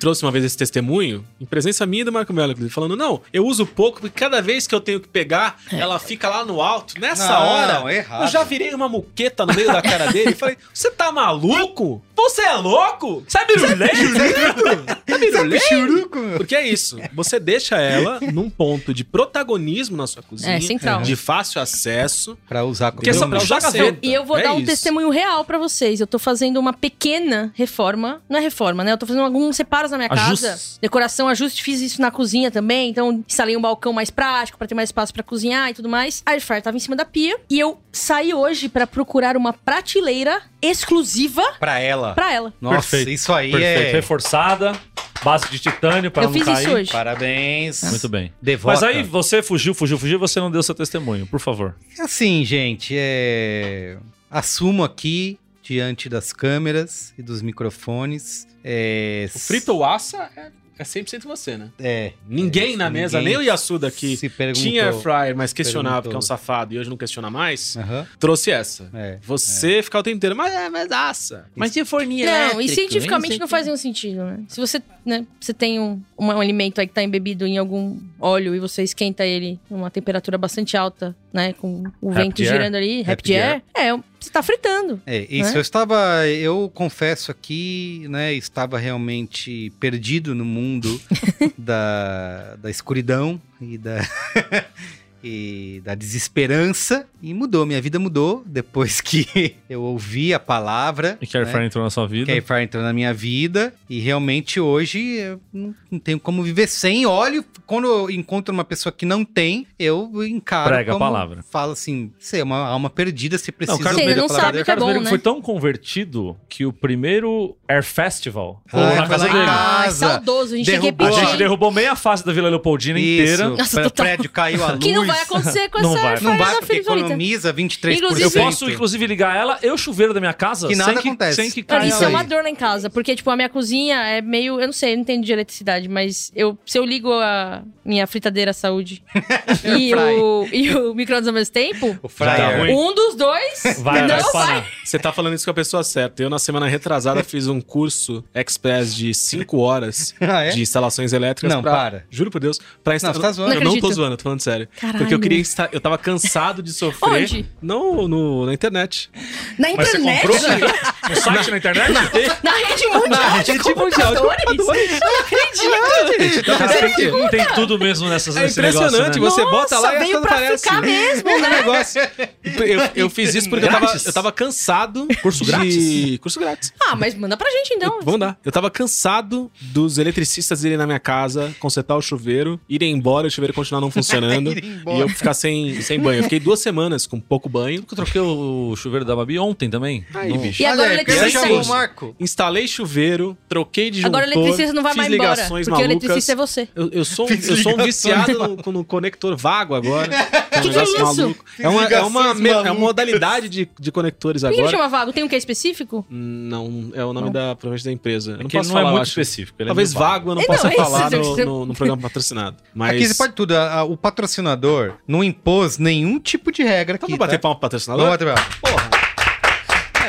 trouxe uma vez esse testemunho, em presença minha e do Marco Melo, inclusive, falando: não, eu uso pouco, porque cada vez que eu tenho que pegar,
É.
ela fica lá no alto. Nessa
Não,
hora,
errado.
eu já virei uma muqueta no meio da cara dele e falei: você tá maluco? Você é louco? Você é biruleiro? Tá biruleiro?
Churuco, meu.
Porque é isso. Você deixa ela num ponto de protagonismo na sua cozinha.
É, central.
De fácil acesso.
Pra usar
Porque essa
comida.
pra usar
Não,
gaveta.
e eu vou
É
dar um
isso.
testemunho real pra vocês. Eu tô fazendo uma pequena reforma. Não é reforma, né? Eu tô fazendo alguns separos na minha
Ajustes.
casa. Decoração, ajuste. Fiz isso na cozinha também. Então, instalei um balcão mais prático pra ter mais espaço pra cozinhar e tudo mais. A airfryer tava em cima da pia. E eu saí hoje pra procurar uma prateleira exclusiva
Pra ela.
pra ela.
Nossa,
Perfeito.
isso aí
Perfeito.
é...
Reforçada, base de titânio pra
eu
não
fiz
cair.
isso hoje.
Parabéns.
Muito bem.
Devota.
Mas aí você fugiu, fugiu, fugiu, você não deu seu testemunho, por favor.
Assim, gente, é... assumo aqui, diante das câmeras e dos microfones... É...
O frito assa é, é 100% você, né?
É.
Ninguém na
Ninguém
mesa, nem o Yasuda que
Se perguntou.
tinha air fryer, mas questionava
Perguntou.
porque é um safado e hoje não questiona mais,
Aham,
trouxe essa.
é.
Você ficar o tempo inteiro, mas é, mas assa. Mas e
é
forninha
Não, e cientificamente não faz nenhum sentido, né? Se você, né, você tem um, um alimento aí que tá embebido em algum óleo e você esquenta ele numa temperatura bastante alta, né? Com o
Happy
vento
air.
girando ali,
Happy
happy air, é, você tá fritando.
É, isso.
Né?
Eu estava, eu confesso aqui, né? Estava realmente perdido no mundo da, da escuridão e da, e da desesperança. E mudou, minha vida mudou depois que eu ouvi a palavra.
E que a Airfryer entrou na sua vida.
Que a air fryer entrou então, na minha vida e realmente hoje eu não não tenho como viver sem óleo. Quando eu encontro uma pessoa que não tem, eu encaro.
Prega a
como-
palavra.
Falo assim: você é uma alma perdida, você precisa
Carlos
ouvir
Ele
a
não
palavra
sabe
da
o que é
Carlos
bom,
Merigo
né?
foi tão convertido que o primeiro Air Festival foi
Ah,
na
foi lá
casa
em
dele.
casa.
Ai,
Asa.
é saudoso, a gente tem que
Derrubou
A
Boa.
repetir.
gente derrubou meia face da Vila Leopoldina inteira.
Nossa,
Pra-
total.
prédio caiu a luz.
Que não vai acontecer com
Não
essa
vai.
Não
airfryer
vai
da
porque
Felipe Solita.
economiza 23%.
Eu
Inclusive-
posso, inclusive, ligar ela e o chuveiro da minha casa
Que nada
sem, que,
acontece.
sem que
Cara,
caia.
isso é uma
tá aí.
dor lá em casa, porque, tipo, a minha cozinha é meio. Eu não sei, eu não entendo de eletricidade, mas eu, se eu ligo a minha fritadeira à saúde e, o, e o micro-ondas ao mesmo tempo,
O
Já tá
Fryer.
ruim.
um dos dois
Vai,
não sai.
vai, espanar.
é Você tá falando isso com a pessoa certa. Eu, na semana retrasada, fiz um curso express de 5 horas
Ah, é?
de instalações elétricas
Não,
pra-
para.
Juro por Deus, pra
Não, você tá zoando.
Eu
Não
não tô
acredito.
zoando, eu tô falando sério.
Caralho.
Porque eu queria estar. Eu tava cansado de sofrer.
Onde?
Não no, na internet.
Na
Mas você
internet?
comprou no site na internet?
Na rede mundial
Na
de
rede mundial de
computadores?
computadores.
Eu não acredito.
Tem, tem tudo mesmo nessas,
É
nesse
impressionante,
negócio, né?
você bota lá
Nossa,
e
veio
tudo
pra
parece.
ficar mesmo, né?
É um negócio. Eu, eu fiz isso porque eu tava,
Grátis?
eu tava cansado.
Curso
de-
grátis?
Curso grátis.
Ah, mas manda pra gente então.
Eu- Vamos dar. Eu tava cansado dos eletricistas irem na minha casa, consertar o chuveiro, irem embora, o chuveiro continuar não funcionando.
Irem embora.
e eu ficar sem, sem banho. Eu fiquei duas semanas com pouco banho.
Eu troquei o chuveiro da Babi ontem também.
Aí,
Não.
bicho.
E agora o
Olha,
eletricista-
deixa eu chamar o Marco.
Instalei chuveiro, troquei de
Agora o eletricista não vai
fiz
mais embora,
ligações
porque o
malucas.
eletricista é você.
Eu, eu sou, um-
Fiz
eu sou um
ligações
viciado no, no conector vago agora. Que
que é isso?
Fiz
É uma, é uma,
ligações
me- é uma
malucas.
modalidade de, de conectores
Por que ele
agora.
chama vago? Tem um que é específico?
Não, é o nome da, provavelmente da empresa. Eu não
Porque ele
posso
não
falar,
é
eu
muito
acho.
específico. ele é
Talvez
muito vago.
vago eu não
É, não,
possa
esse
falar
eu-
no, no- no programa patrocinado. Mas.
Aqui você pode tudo. a- a- o patrocinador não impôs nenhum tipo de regra
Então
aqui.
vamos bater
tá?
palma
Vamos
pro patrocinador?
bater palma.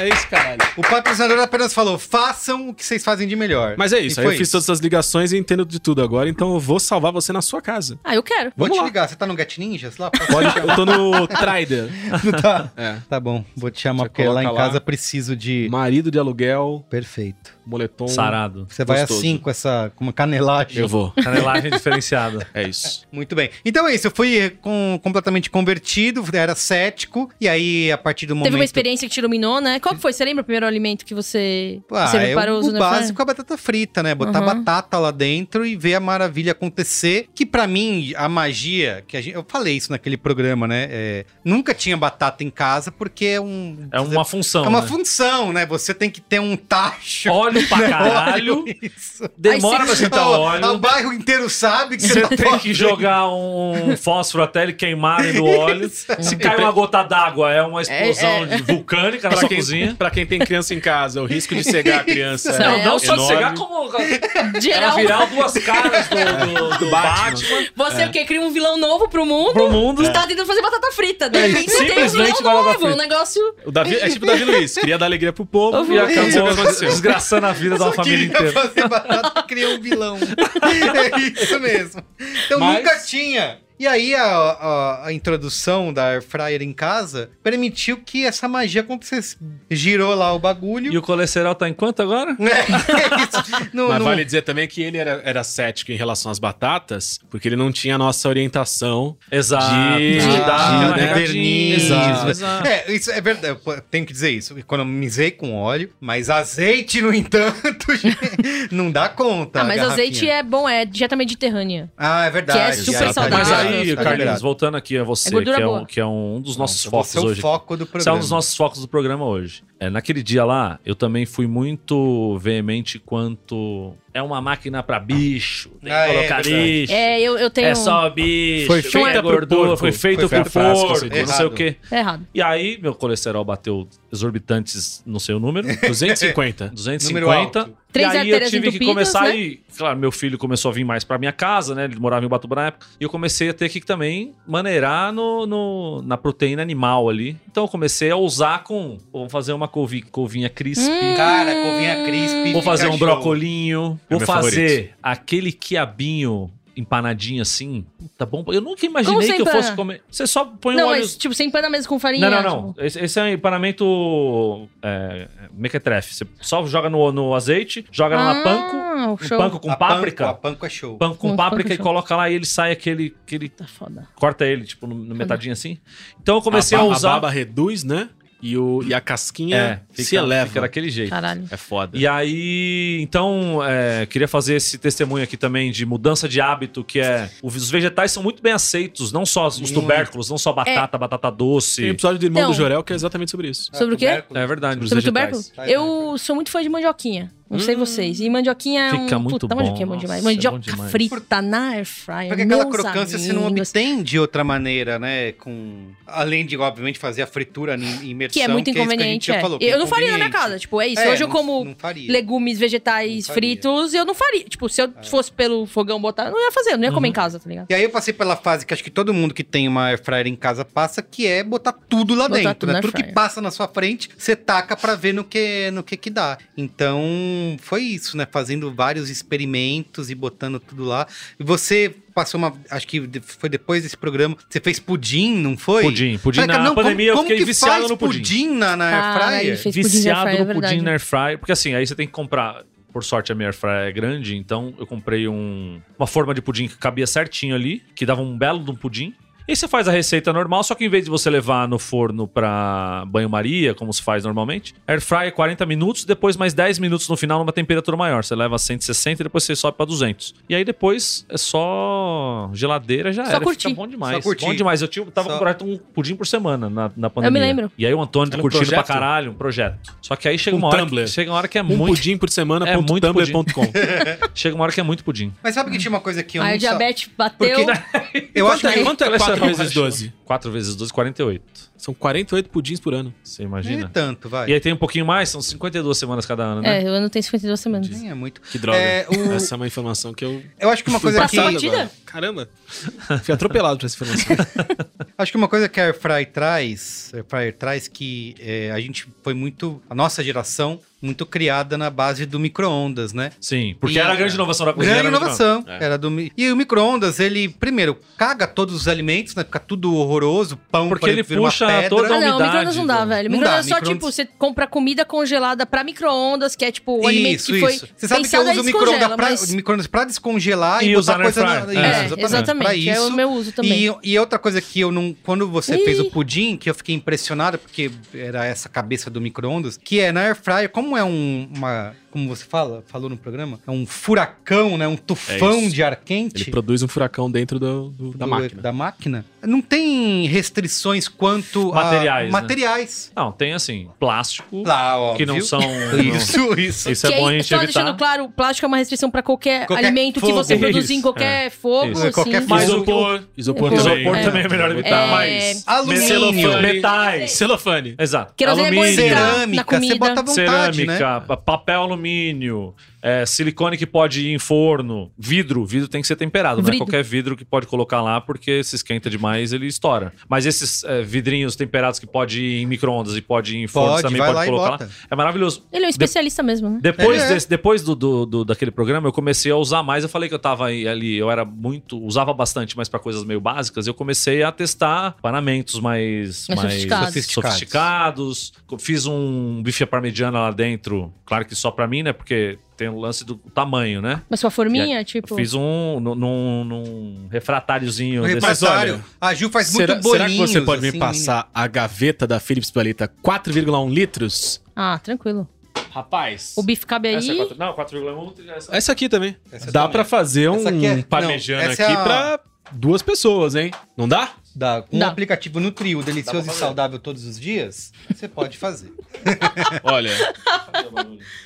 É isso, caralho.
O patrocinador apenas falou: façam o que vocês fazem de melhor.
Mas é isso,
E
aí eu
foi
fiz todas as ligações e entendo de tudo agora, então eu vou salvar você na sua casa.
Ah, eu quero.
Vou
Vamos
te
lá.
ligar. Você tá no Get Ninjas lá?
Pode, eu tô no Trider.
Não tá.
É.
Tá bom, vou te chamar
Você
porque lá em
coloca
casa
lá.
preciso de.
Marido de aluguel,
Perfeito.
moletom.
Sarado.
Você vai
Gostoso.
assim com essa. com uma canelagem.
Eu vou.
Canelagem diferenciada.
É isso.
Muito bem. Então é isso, eu fui com- completamente convertido, era cético, e aí a partir do momento...
Teve uma experiência que te iluminou, né? Qual Qual que foi? Você lembra o primeiro alimento que você,
Ah,
você
é
preparou
o,
usando
o
air fryer?
básico é a batata frita, né? Botar
Uhum.
batata lá dentro e ver a maravilha acontecer. Que pra mim, a magia, que a gente, eu falei isso naquele programa, né? É, nunca tinha batata em casa porque é um.
É uma função.
é uma
né?
função, né? Você tem que ter um tacho.
Óleo pra caralho.
Isso.
Demora
Aí
pra
você-
sentar o
O,
óleo.
bairro inteiro sabe que você, tá
Você tem que jogar um fósforo até ele queimar no óleo. Se cai uma gota d'água, é uma explosão
É, é.
de- vulcânica na
Pra
sua
quem,
cozinha.
pra quem tem criança em casa, o risco de cegar a criança.
Não,
é
Não, não só de
enorme.
chegar como ela
Geral,
virar duas caras do, do, do Batman
você o quê? Cria um vilão novo pro mundo?
pro mundo.
Você tá tentando fazer batata frita. De
É,
repente você tem um
simplesmente
vilão
batata
novo. Um
frita.
negócio...
O Davi, é tipo o Davi Luiz, queria dar alegria pro povo.
E acabou
aconteceu.
desgraçando a vida de uma
Só
família
queria
inteira.
fazer batata criar um vilão. é isso mesmo. Eu
Mas-
nunca tinha. E aí a, a- a introdução da Air Fryer em casa permitiu que essa magia acontecesse. Girou lá o bagulho.
E o colesterol tá em quanto agora?
Né? É isso. Não-
Mas
não-
vale dizer também que ele era, era cético em relação às batatas, porque ele não tinha a nossa orientação.
Exato.
De-
De dar
Ah,
uma
né?
regadinha.
Verniz.
Exato.
É, isso é verdade. Eu po- tenho que dizer isso. Economizei com óleo, mas azeite, no entanto, gente, não dá conta.
ah, mas
a Tá, garrafinha.
azeite é bom, é dieta mediterrânea.
Ah, é verdade.
que é super
tá
saudável.
Mas
liberado, tá
aí,
liberado.
Carlinhos, voltando aqui a você,
É
que,
gordura
é um,
boa.
que é um dos nossos
Então,
focos
você é o
hoje.
foco do
Esse é
programa.
um dos nossos focos do programa hoje. É, naquele dia lá, eu também fui muito veemente quanto é uma máquina pra bicho, tem que
Ah, é,
colocar
verdade.
lixo. É,
É, eu, eu tenho...
só bicho,
Foi
tem
feita
pro
gordura,
porco.
foi feito
Foi
pro
feita pra
porco,
frasco,
não sei o
errado.
quê.
É errado.
E aí, meu colesterol bateu exorbitantes, não sei o número.
250.
250. E
Três
aí eu
artérias
tive que
entupidas,
começar
né?
e, claro, meu filho começou a vir mais pra minha casa, né? Ele morava em Ubatuba na época. E eu comecei a ter que também maneirar no, no- na proteína animal ali. Então eu comecei a usar com. Vou fazer uma couvi- couvinha crisp.
Hum.
Cara, covinha crisp.
Vou fazer
fica
um
show.
brocolinho.
É
Vou
meu
fazer
favorito.
aquele quiabinho empanadinho assim. Tá bom. Eu nunca
Como
imaginei
você
que eu fosse
empana?
comer. Você só põe um
Não,
óleo.
mas tipo, sem pana mesmo com farinha.
Não, não, não.
tipo.
Esse, esse é um empanamento é, mequetrefe. Você só joga no, no azeite, joga lá na
Ah,
panko, um
show.
panko com
A
páprica.
panko- A panko é show.
Panko com
Muito
páprica
panko
e
show.
coloca lá e ele sai aquele. aquele
Tá foda.
corta ele, tipo, no,
Uhum.
no metadinho assim. Então eu comecei a,
ba-
usar.
A barba reduz, né? E, o, e a casquinha
é,
se eleva.
Fica daquele jeito.
Caralho.
É foda.
E aí, então, é, queria fazer esse testemunho aqui também de mudança de hábito, que é o- os vegetais são muito bem aceitos, não só os tubérculos, não
É.
só batata, batata
Tem um
doce.
episódio do Irmão
Então-
do Jorel que é exatamente sobre isso.
Sobre o quê?
É verdade. os
Sobre
vegetais. Hum.
tubérculo? Eu sou muito fã de mandioquinha. Não sei vocês. E mandioquinha é um...
Fica muito
Puta,
bom.
mandioquinha é bom demais.
Nossa, é bom
Mandioca
demais.
frita na air fryer.
Porque aquela
meus
crocância você não
amigos.
obtém de outra maneira, né? Com... Além de, obviamente, fazer a fritura em imersão.
Que é muito
isso que a gente
inconveniente.
já
é.
falou, que é
Eu não faria na minha
inconveniente.
casa. Tipo, é isso.
É,
Hoje eu
não-
como
não faria.
legumes, vegetais
Não faria. É.
fritos, eu não faria. Tipo, se eu fosse pelo fogão botar, eu não ia fazer, eu não ia comer
Uhum.
em casa, tá ligado?
E aí eu passei pela fase que acho que todo mundo que tem uma air fryer em casa passa, que é botar tudo lá
Botar
dentro,
tudo
né?
na
Tudo que
fryer.
passa na sua frente, você taca pra ver no que no que que dá. Então, foi isso, né? Fazendo vários experimentos e botando tudo lá. E você passou uma, acho que de- foi depois desse programa, você fez pudim, não foi?
Pudim. Pudim
Falei,
na
cara, não,
pandemia
como,
eu fiquei
como que
viciado
faz
no pudim.
pudim na, na air
Cara,
fryer?
ele fez pudim na air
Viciado
fryer, é
no pudim
verdade.
na air fryer. Porque assim, aí você tem que comprar. Por sorte, a minha air fryer é grande, então eu comprei um, uma forma de pudim que cabia certinho ali, que dava um belo de um pudim. E você faz a receita normal, só que em vez de você levar no forno pra banho-maria, como se faz normalmente, air fryer 40 minutos, depois mais 10 minutos no final numa temperatura maior. Você leva a 160 e depois você sobe pra 200. E aí depois é só geladeira, já
Só
era.
curtir.
Fica bom demais.
Só curtir.
Bom demais. Eu tinha, tava
Só-
com projeto um pudim por semana na, na pandemia.
lembro.
E aí o Antônio
Era um
curtindo pra
projeto?
caralho, um projeto. Só que aí chega
Um
uma hora que,
Tumblr.
chega uma hora que é
Um
muito
pudim por semana
É
ponto
muito pudim.
tumblr.com.
chega uma hora que é muito pudim.
Mas sabe que tinha uma coisa que eu
Aí
não
o
sa-
diabetes bateu.
né?
Eu acho que
é- quanto é 4 vezes 12?
4 vezes 12, 48.
São 48 pudins por ano.
Você
nem é
imagina?
tanto, vai.
E aí tem um pouquinho mais, são 52 semanas cada ano, né?
É, o ano tem 52 semanas.
Nem é muito.
Que droga.
É, o-
Essa é uma informação que eu.
Eu acho que uma coisa
Passou
que
a batida?
Caramba. Fui atropelado por essa informação.
Acho que uma coisa que a Air Fryer traz, Air Fryer traz que é, a gente foi muito, a nossa geração muito criada na base do micro-ondas, né?
Sim, porque
E-
era a grande inovação da cozinha.
Grande
era micro-ondas.
inovação.
É.
Era do... mi- E o micro-ondas, ele, primeiro, caga todos os alimentos, né? Fica tudo horroroso, pão
Porque
pra
ele
vira uma
puxa
pedra.
toda a
Ah, não,
umidade,
micro-ondas não dá,
velho.
velho.
Não
Micro-ondas é
dá,
só,
micro-ondas-
tipo, você compra comida congelada pra micro-ondas, que é, tipo, o alimento que foi
Você sabe que eu
pensado, aí
uso micro-ondas
descongela,
pra,
mas-
micro-ondas pra descongelar e,
E
botar
usar
coisa
na
na...
air
Isso,
fryer. É,
É, exatamente.
Pra
É o
isso.
meu uso também.
E, e outra coisa que eu não. Quando você
Ih.
fez o pudim, que eu fiquei impressionado, porque era essa cabeça do micro-ondas, que é na Air Fryer, como é um. Uma, como você fala, falou no programa? É um furacão, né? Um tufão
É isso.
de ar quente.
Ele produz um furacão dentro do- do- da
do-
máquina.
da máquina. Não tem restrições quanto
Materiais,
a
né?
materiais.
Não, tem assim, plástico,
Lá, ó.
que não
viu?
são...
Isso, isso.
Isso é
Que aí,
bom a gente
só
evitar.
deixando claro, o plástico é uma restrição pra qualquer,
Qualquer
alimento que
fogo. É,
você
Isso.
produzir em qualquer
É.
fogo,
Isso.
sim.
Qualquer
Mas
fogo.
o que eu-
Isopor
Isopor, também.
Isopor também é melhor
É.
evitar, mas...
Alumínio.
Celofane.
Metais. Celofane.
Exato.
Querosene é bom
Alumínio.
evitar. na
Cerâmica, você
comida.
bota à vontade, né?
Cerâmica, pa- papel alumínio, é, silicone que pode ir em forno, vidro. Vidro tem que ser temperado, não é
Vidro.
qualquer vidro que pode colocar lá, porque se esquenta demais, ele estoura. Mas esses é, vidrinhos temperados que pode ir em micro-ondas e pode ir em forno,
Pode,
você também
vai
pode
lá e
colocar
bota.
lá. É maravilhoso.
Ele é um especialista mesmo, né?
Depois,
É.
desse- depois do, do- do- daquele programa, eu comecei a usar mais. Eu falei que eu tava aí- ali, eu era muito. Usava bastante, mas pra coisas meio básicas. Eu comecei a testar paramentos
Mais
mais, mais,
sofisticados.
sofisticados. sofisticados. Fiz um bife à parmegiana lá dentro. Claro que só pra mim, né? Porque tem o lance do tamanho, né?
Mas sua forminha, tipo...
Fiz um num, num- num refratáriozinho desse-
Mas olha,
Um Repertório. A Ju faz muito
Será,
bolinhos.
será que você pode
assim,
me passar a gaveta da Philips Paleta 4,1 litros?
Ah, tranquilo.
Rapaz.
O bife cabe
Essa é
aí...
quatro- não, 4,1. e é Essa...
Essa aqui também.
Essa
dá
também.
pra fazer um
Essa aqui é-
parmejana
não,
aqui
essa é a-
pra duas pessoas, hein? Não dá?
Dá, com um
Dá.
aplicativo no trio,
Dá
delicioso
pra
e
fazer.
saudável todos os dias, você pode fazer.
Olha,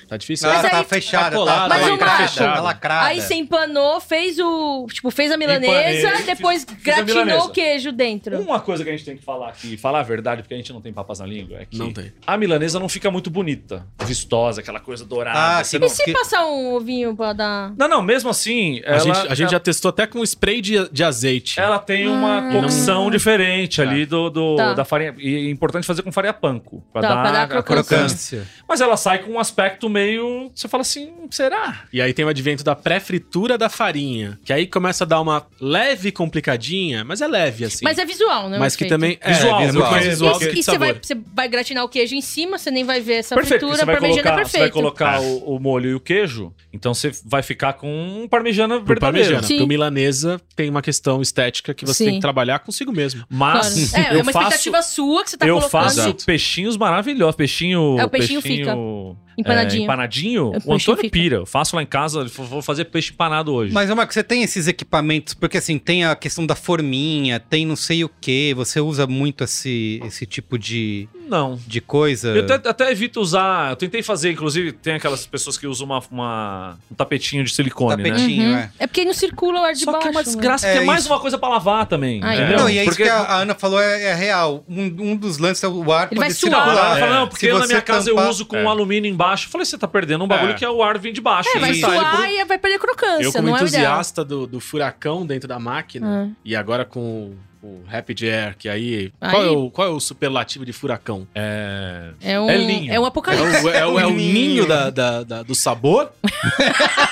tá difícil.
Ah,
aí-
tá fechada,
Tá colada,
tá,
Mas
tá,
o Marco-
fechada, tá lacrada.
Aí você empanou, fez o... Tipo, fez a milanesa,
Empanei,
depois
fiz- fiz a
gratinou
milanesa.
o queijo dentro.
Uma coisa que a gente tem que falar aqui, falar a verdade, porque a gente não tem papas na língua, é que
Não tem.
a milanesa não fica muito bonita, vistosa, aquela coisa dourada.
Ah,
você
que
não...
não,
E se
que-
passar um ovinho pra dar...
não, não, mesmo assim,
A
ela,
gente, a gente já testou até com spray de, de azeite.
ela tem uma cocção diferente ali do, do-
Hum. Tá.
da farinha. E é importante fazer com farinha panko, pra
Tá,
dar,
pra dar
a
crocância.
Crocância.
Mas ela sai com um aspecto meio. Você fala assim, será?
E aí tem o advento da pré-fritura da farinha, que aí começa a dar uma leve complicadinha, mas é leve assim.
Mas é visual, né? o
Mas que
efeito.
também é,
Visual,
é muito
visual.
mais visual
E,
que
e
de
você,
sabor.
vai, você vai gratinar o queijo em cima, você nem vai ver essa
Perfeito, porque
fritura,
você
a
vai,
parmegiana é
colocar, você vai
perfeita.
colocar o, o molho e o queijo, então você vai ficar com um parmegiana
Pro
verdadeiro.
parmegiana,
Sim.
porque o milanesa tem uma questão estética que você
Sim.
tem que trabalhar consigo mesmo.
Mas
Claro. É, é
eu
uma
faço
expectativa sua que você tá
eu
colocando.
faço
Exato.
peixinhos maravilhosos. Peixinho.
É, o peixinho
é,
Empanadinho. É,
empanadinho.
O
O
peixinho
Antônio
fica.
pira. Eu faço lá em casa. ele falou, Vou fazer peixe empanado hoje.
Mas, ô Marco, você tem esses equipamentos, porque assim, tem a questão da forminha, tem não sei o que, você usa muito esse, esse tipo de,
Não.
de coisa.
Eu até, até evito usar. Eu tentei fazer, inclusive, tem aquelas pessoas que usam uma, uma- um tapetinho de silicone, né?
tapetinho,
Uhum.
é.
É porque não circula o ar de
Só
baixo.
que é uma
né?
desgraça,
né?
porque é,
É
mais
isso.
uma coisa pra lavar também.
Ah,
entendeu?
Não, e é isso
Porque-
que a a Ana falou, é, é real. Um, um dos lances é o ar
Ele
poder
vai
Não,
suar.
circular.
ela fala, não, porque
É. Se
eu na
você
minha casa eu
tampar-
uso com
É.
um alumínio embaixo. Eu falei, você tá perdendo um bagulho
É.
que é o ar vindo de baixo.
É, vai
Isso aí,
suar
por-
e vai perder crocância,
Eu, como
não é o ideal.
entusiasta do, do furacão dentro da máquina, e agora com o, o Rapid Air, que aí. Qual,
Aí-
é o, qual é o superlativo de furacão?
É.
É um,
É linho.
é um
É
apocalipse.
o, é o- é o
O
ninho
ninho.
da, da- da- do sabor?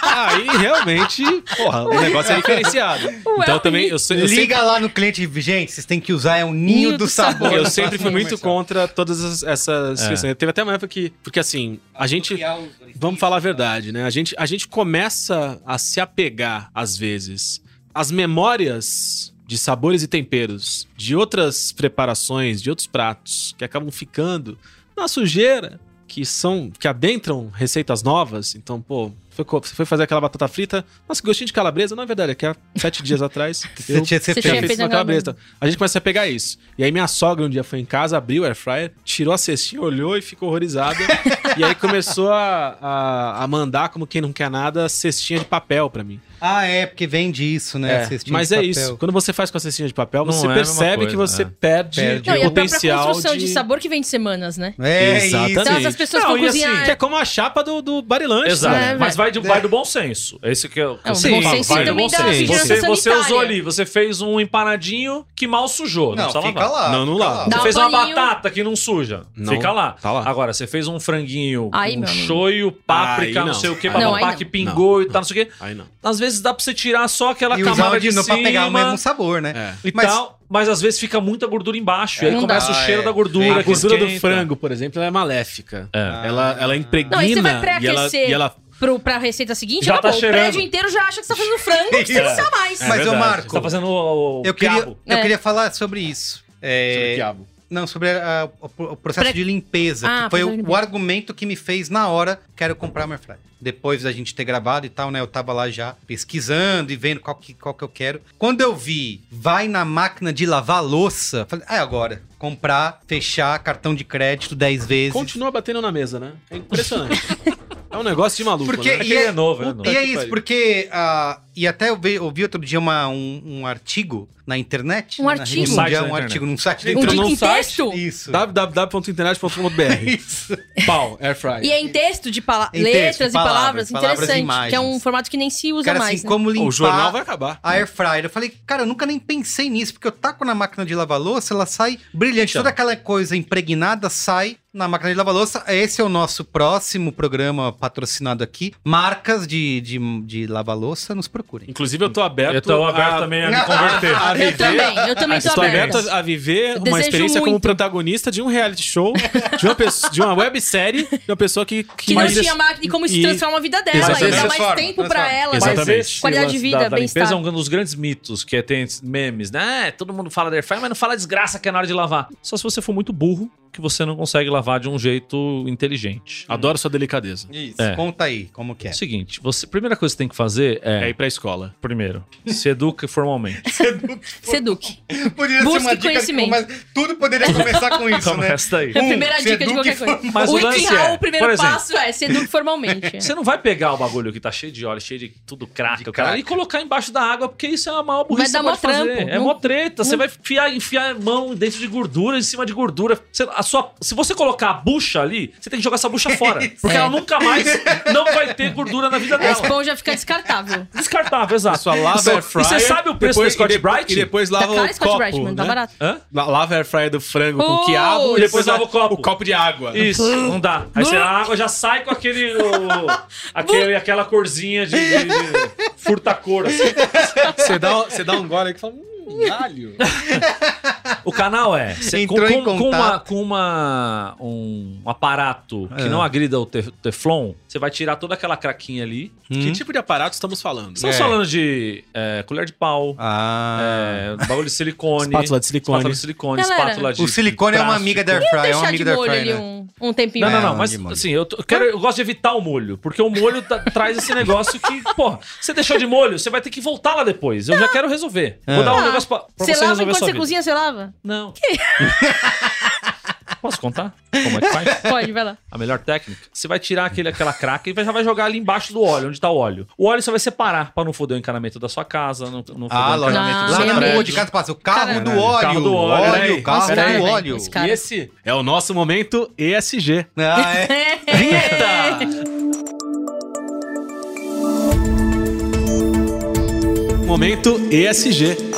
aí realmente, porra, o negócio é diferenciado. então
Elton
também, eu, sei- eu sempre,
Liga lá no cliente, gente, vocês têm que usar, é um ninho, do sabor.
eu sempre
Faça
fui muito
comercial.
contra todas as- essas
É.
questões. Teve até uma época que. Porque assim, a gente. Vamos falar a verdade, né? A gente, a gente começa a se apegar, às vezes, às memórias de sabores e temperos, de outras preparações, de outros pratos, que acabam ficando na sujeira, que são, que adentram receitas novas. Então, pô, foi co- você foi fazer aquela batata frita, nossa, que gostinho de calabresa. Não é verdade, é que há sete dias atrás
Você
eu
tinha, você
Você
fez.
tinha
tinha
feito
feito
uma calabresa.
nada.
então, A gente começa a pegar isso. E aí minha sogra um dia foi em casa, abriu o air fryer, tirou a cestinha, olhou e ficou horrorizada. e aí começou a, a, a mandar, como quem não quer nada, cestinha de papel pra mim.
Ah, é, porque vende isso, né?
É,
cestinha
mas
de
é
papel.
isso. Quando você faz com a cestinha de papel,
Não
você
é a mesma
percebe
coisa,
que você
é.
perde,
Perde
o
Não, e a própria
potencial
construção
de...
de... sabor que vem de semanas, né?
É
Exatamente.
isso.
Então as pessoas
Não,
vão
e assim,
cozinhar.
Que é como a chapa do, do Barilanche.
Exato.
né?
É, um
mas
velho.
vai, de- vai do bom senso. Esse que é o que eu
o
bom
sempre falo,
senso
vai do
também
bom
dá
senso.
vigilância
Você, você
sanitária.
usou ali, você fez um empanadinho que mal sujou. Não,
Não,
precisa
fica
lavar.
lá.
Não, não
fica
lava.
Você
Dá um
fez uma
paninho.
batata que não suja.
Não,
fica lá.
tá lá.
Agora, você fez um franguinho negocinho
Aí,
com
meu amigo.
shoyu, páprica,
Aí
não.
não.
sei o que,
Aí
não.
papapá,
Não,
que
aí
pingou e tal, não sei o que.
Aí não.
Às vezes dá pra você tirar só aquela
E usar
camada
o
de
de novo pra
cima Então,
pegar o mesmo sabor, né?
É.
e
Mas-
tal, mas às vezes fica muita gordura embaixo. e aí
Não dá.
começa o
Ah,
cheiro
é.
da
Vem
gordura.
A
que
gordura do
esquenta.
frango, por exemplo, ela é maléfica.
Ah,
É.
Ela, ela impregna
Não, e você vai
e, ela,
pré-aquecer.
e ela
Pro, pra receita seguinte,
Já
ela,
tá
pô, o
cheirando.
prédio inteiro já acha que você tá fazendo frango, que você tem que ser a mais.
É
Mas, ô
verdade.
Marco,
Tá fazendo o, o
eu, queria,
quiabo.
eu
É.
queria falar sobre isso. É,
Sobre quiabo.
Não, sobre a- a- o processo
Pre-
de limpeza,
Ah,
que
processo
foi
de
o,
limpeza.
o argumento que me fez na hora, quero comprar uma airfryer. Depois da gente ter gravado e tal, né, eu tava lá já pesquisando e vendo qual que, qual que eu quero. Quando eu vi, vai na máquina de lavar louça, falei, ah, é agora, comprar, fechar, cartão de crédito 10 vezes.
continua batendo na mesa, né? É impressionante. é um negócio de maluco,
Porque-
né?
E é, novo, é
Puta
novo.
E é
que
isso,
pariu.
porque. ah, e até eu vi, ouvi outro dia uma- um, um artigo na internet.
Um
né,
artigo?
Na Rede
Num site
Mundial,
da
um
internet.
artigo num site da
Um
Entrou
dito
num
em
site,
texto?
Isso.
www.internet.com.br
Isso.
Pau, air fryer.
E é em texto de pala-
Em texto,
letras e
palavras,
palavras,
palavras e
interessante. que é um
imagens.
formato que nem se usa
Cara,
mais.
assim,
né?
como limpar.
O jornal vai acabar.
A air fryer. Eu falei, cara, eu nunca nem pensei nisso, porque eu taco na máquina de lavar louça, ela sai brilhante.
Então.
Toda aquela coisa impregnada sai na máquina de lavar louça. Esse é o nosso próximo programa patrocinado aqui. Marcas de, de, de lavar louça, nos procurem.
Inclusive, eu tô aberto.
Eu
Ah,
tô aberto
a-
também a me converter.
a
Eu também, eu também tô
Estou aberto
aberta.
a a viver uma
desejo
experiência como
muito.
protagonista de um reality show, de uma, pesso- de uma websérie, de uma pessoa que...
Que não
mas-
tinha máquina e como isso
e-
transforma a vida dela.
Exatamente.
E dá mais
Transforma,
tempo pra
transforma.
ela.
Exatamente.
mais-
esse
Qualidade
lance
de vida,
da, da
bem-estar.
limpeza é um dos grandes mitos, que é, tem esses memes, né? Ah, Todo mundo fala da airfryer, mas não fala a desgraça que é na hora de lavar. Só se você for muito burro, que você não consegue lavar de um jeito inteligente.
Adoro sua delicadeza.
Isso.
É.
Conta aí, como que é.
É o seguinte, você, primeira coisa que você tem que fazer
É
é,
ir pra escola.
primeiro, se educa formalmente.
Seduque.
Poderia
Busque conhecimento.
mas tudo poderia começar com isso, né?
né?
Calma, essa daí.
É a primeira
se
dica de
eduque
qualquer coisa.
Mas
o
o lance
Itinhal,
é,
o primeiro
por exemplo,
passo é seduque formalmente.
Você não vai pegar o bagulho que tá cheio de óleo, cheio de tudo craca,
De
o cara,
craca.
e colocar embaixo da água, porque isso é uma maior burrice
Vai dar
que você
mó
pode
trampo.
fazer. É
Não-
mó treta. Você
não-
vai enfiar, enfiar a mão dentro de gordura, em cima de gordura. Você- a sua, se você colocar a bucha ali, você tem que jogar essa bucha fora. Porque
É.
ela nunca mais não vai ter gordura na vida
A
dela.
esponja fica descartável.
Descartável,
A
exato.
sua lava
Só-
air fryer.
E você sabe o preço
depois-
da Scott
e depois-
Bright?
E depois
Tá
lava
claro
o copo,
Scott Bright, mano. Tá
né?
barato. Oh!
Hã?
La- Lava a air fryer do frango com
Putz.
quiabo.
E
depois lava o copo.
O copo de água.
Isso, não dá. Aí você, a água já sai com aquele, o- aquele aquela corzinha de, de, de furta-cor, assim.
Você dá, você dá um gole aí que fala, hum, alho.
O canal é. Você, com,
Entrou em
com- com uma,
contato.
com uma- um aparato que
É.
não agrida o te- Teflon, você vai tirar toda aquela craquinha ali.
Hum?
Que tipo de aparato estamos falando?
Estamos
É.
falando de é, colher de pau,
Ah.
é, bagulho de silicone.
Espátula de silicone.
Espátula de silicone,
Galera,
espátula de.
O silicone é uma amiga da Airfryer, é uma
Deixar
amiga
de
da
molho
Airfryer.
ali
né?
um, um tempinho.
Não, não, não,
É,
mas
de molho.
assim, eu, tô- eu quero, eu gosto de evitar o molho, porque o molho tá- traz esse negócio que, pô, você deixou de molho, você vai ter que voltar lá depois. Eu já quero resolver. Vou
Ah.
dar um
Ah,
negócio pra, pra
Você
você,
lava
resolver
enquanto
sua
você
vida.
cozinha, você lava?
Não. Posso contar? Como é que faz?
Pode, vai lá.
A melhor técnica, você vai tirar aquele, aquela craca e vai- já vai jogar ali embaixo do óleo, onde tá o óleo. O óleo você vai separar pra não foder o encanamento da sua casa, não, não foder
Ah,
o
lógico.
Ah,
do
Lá na
seu
lembrei.
rua
tá prédio. É,
de casa passa o carro
Caralho.
do óleo.
Carro do óleo,
óleo,
né?
carro
Pera aí.
do óleo.
Esse cara.
E esse é o nosso momento ESG.
Ah, é.
Momento ESG.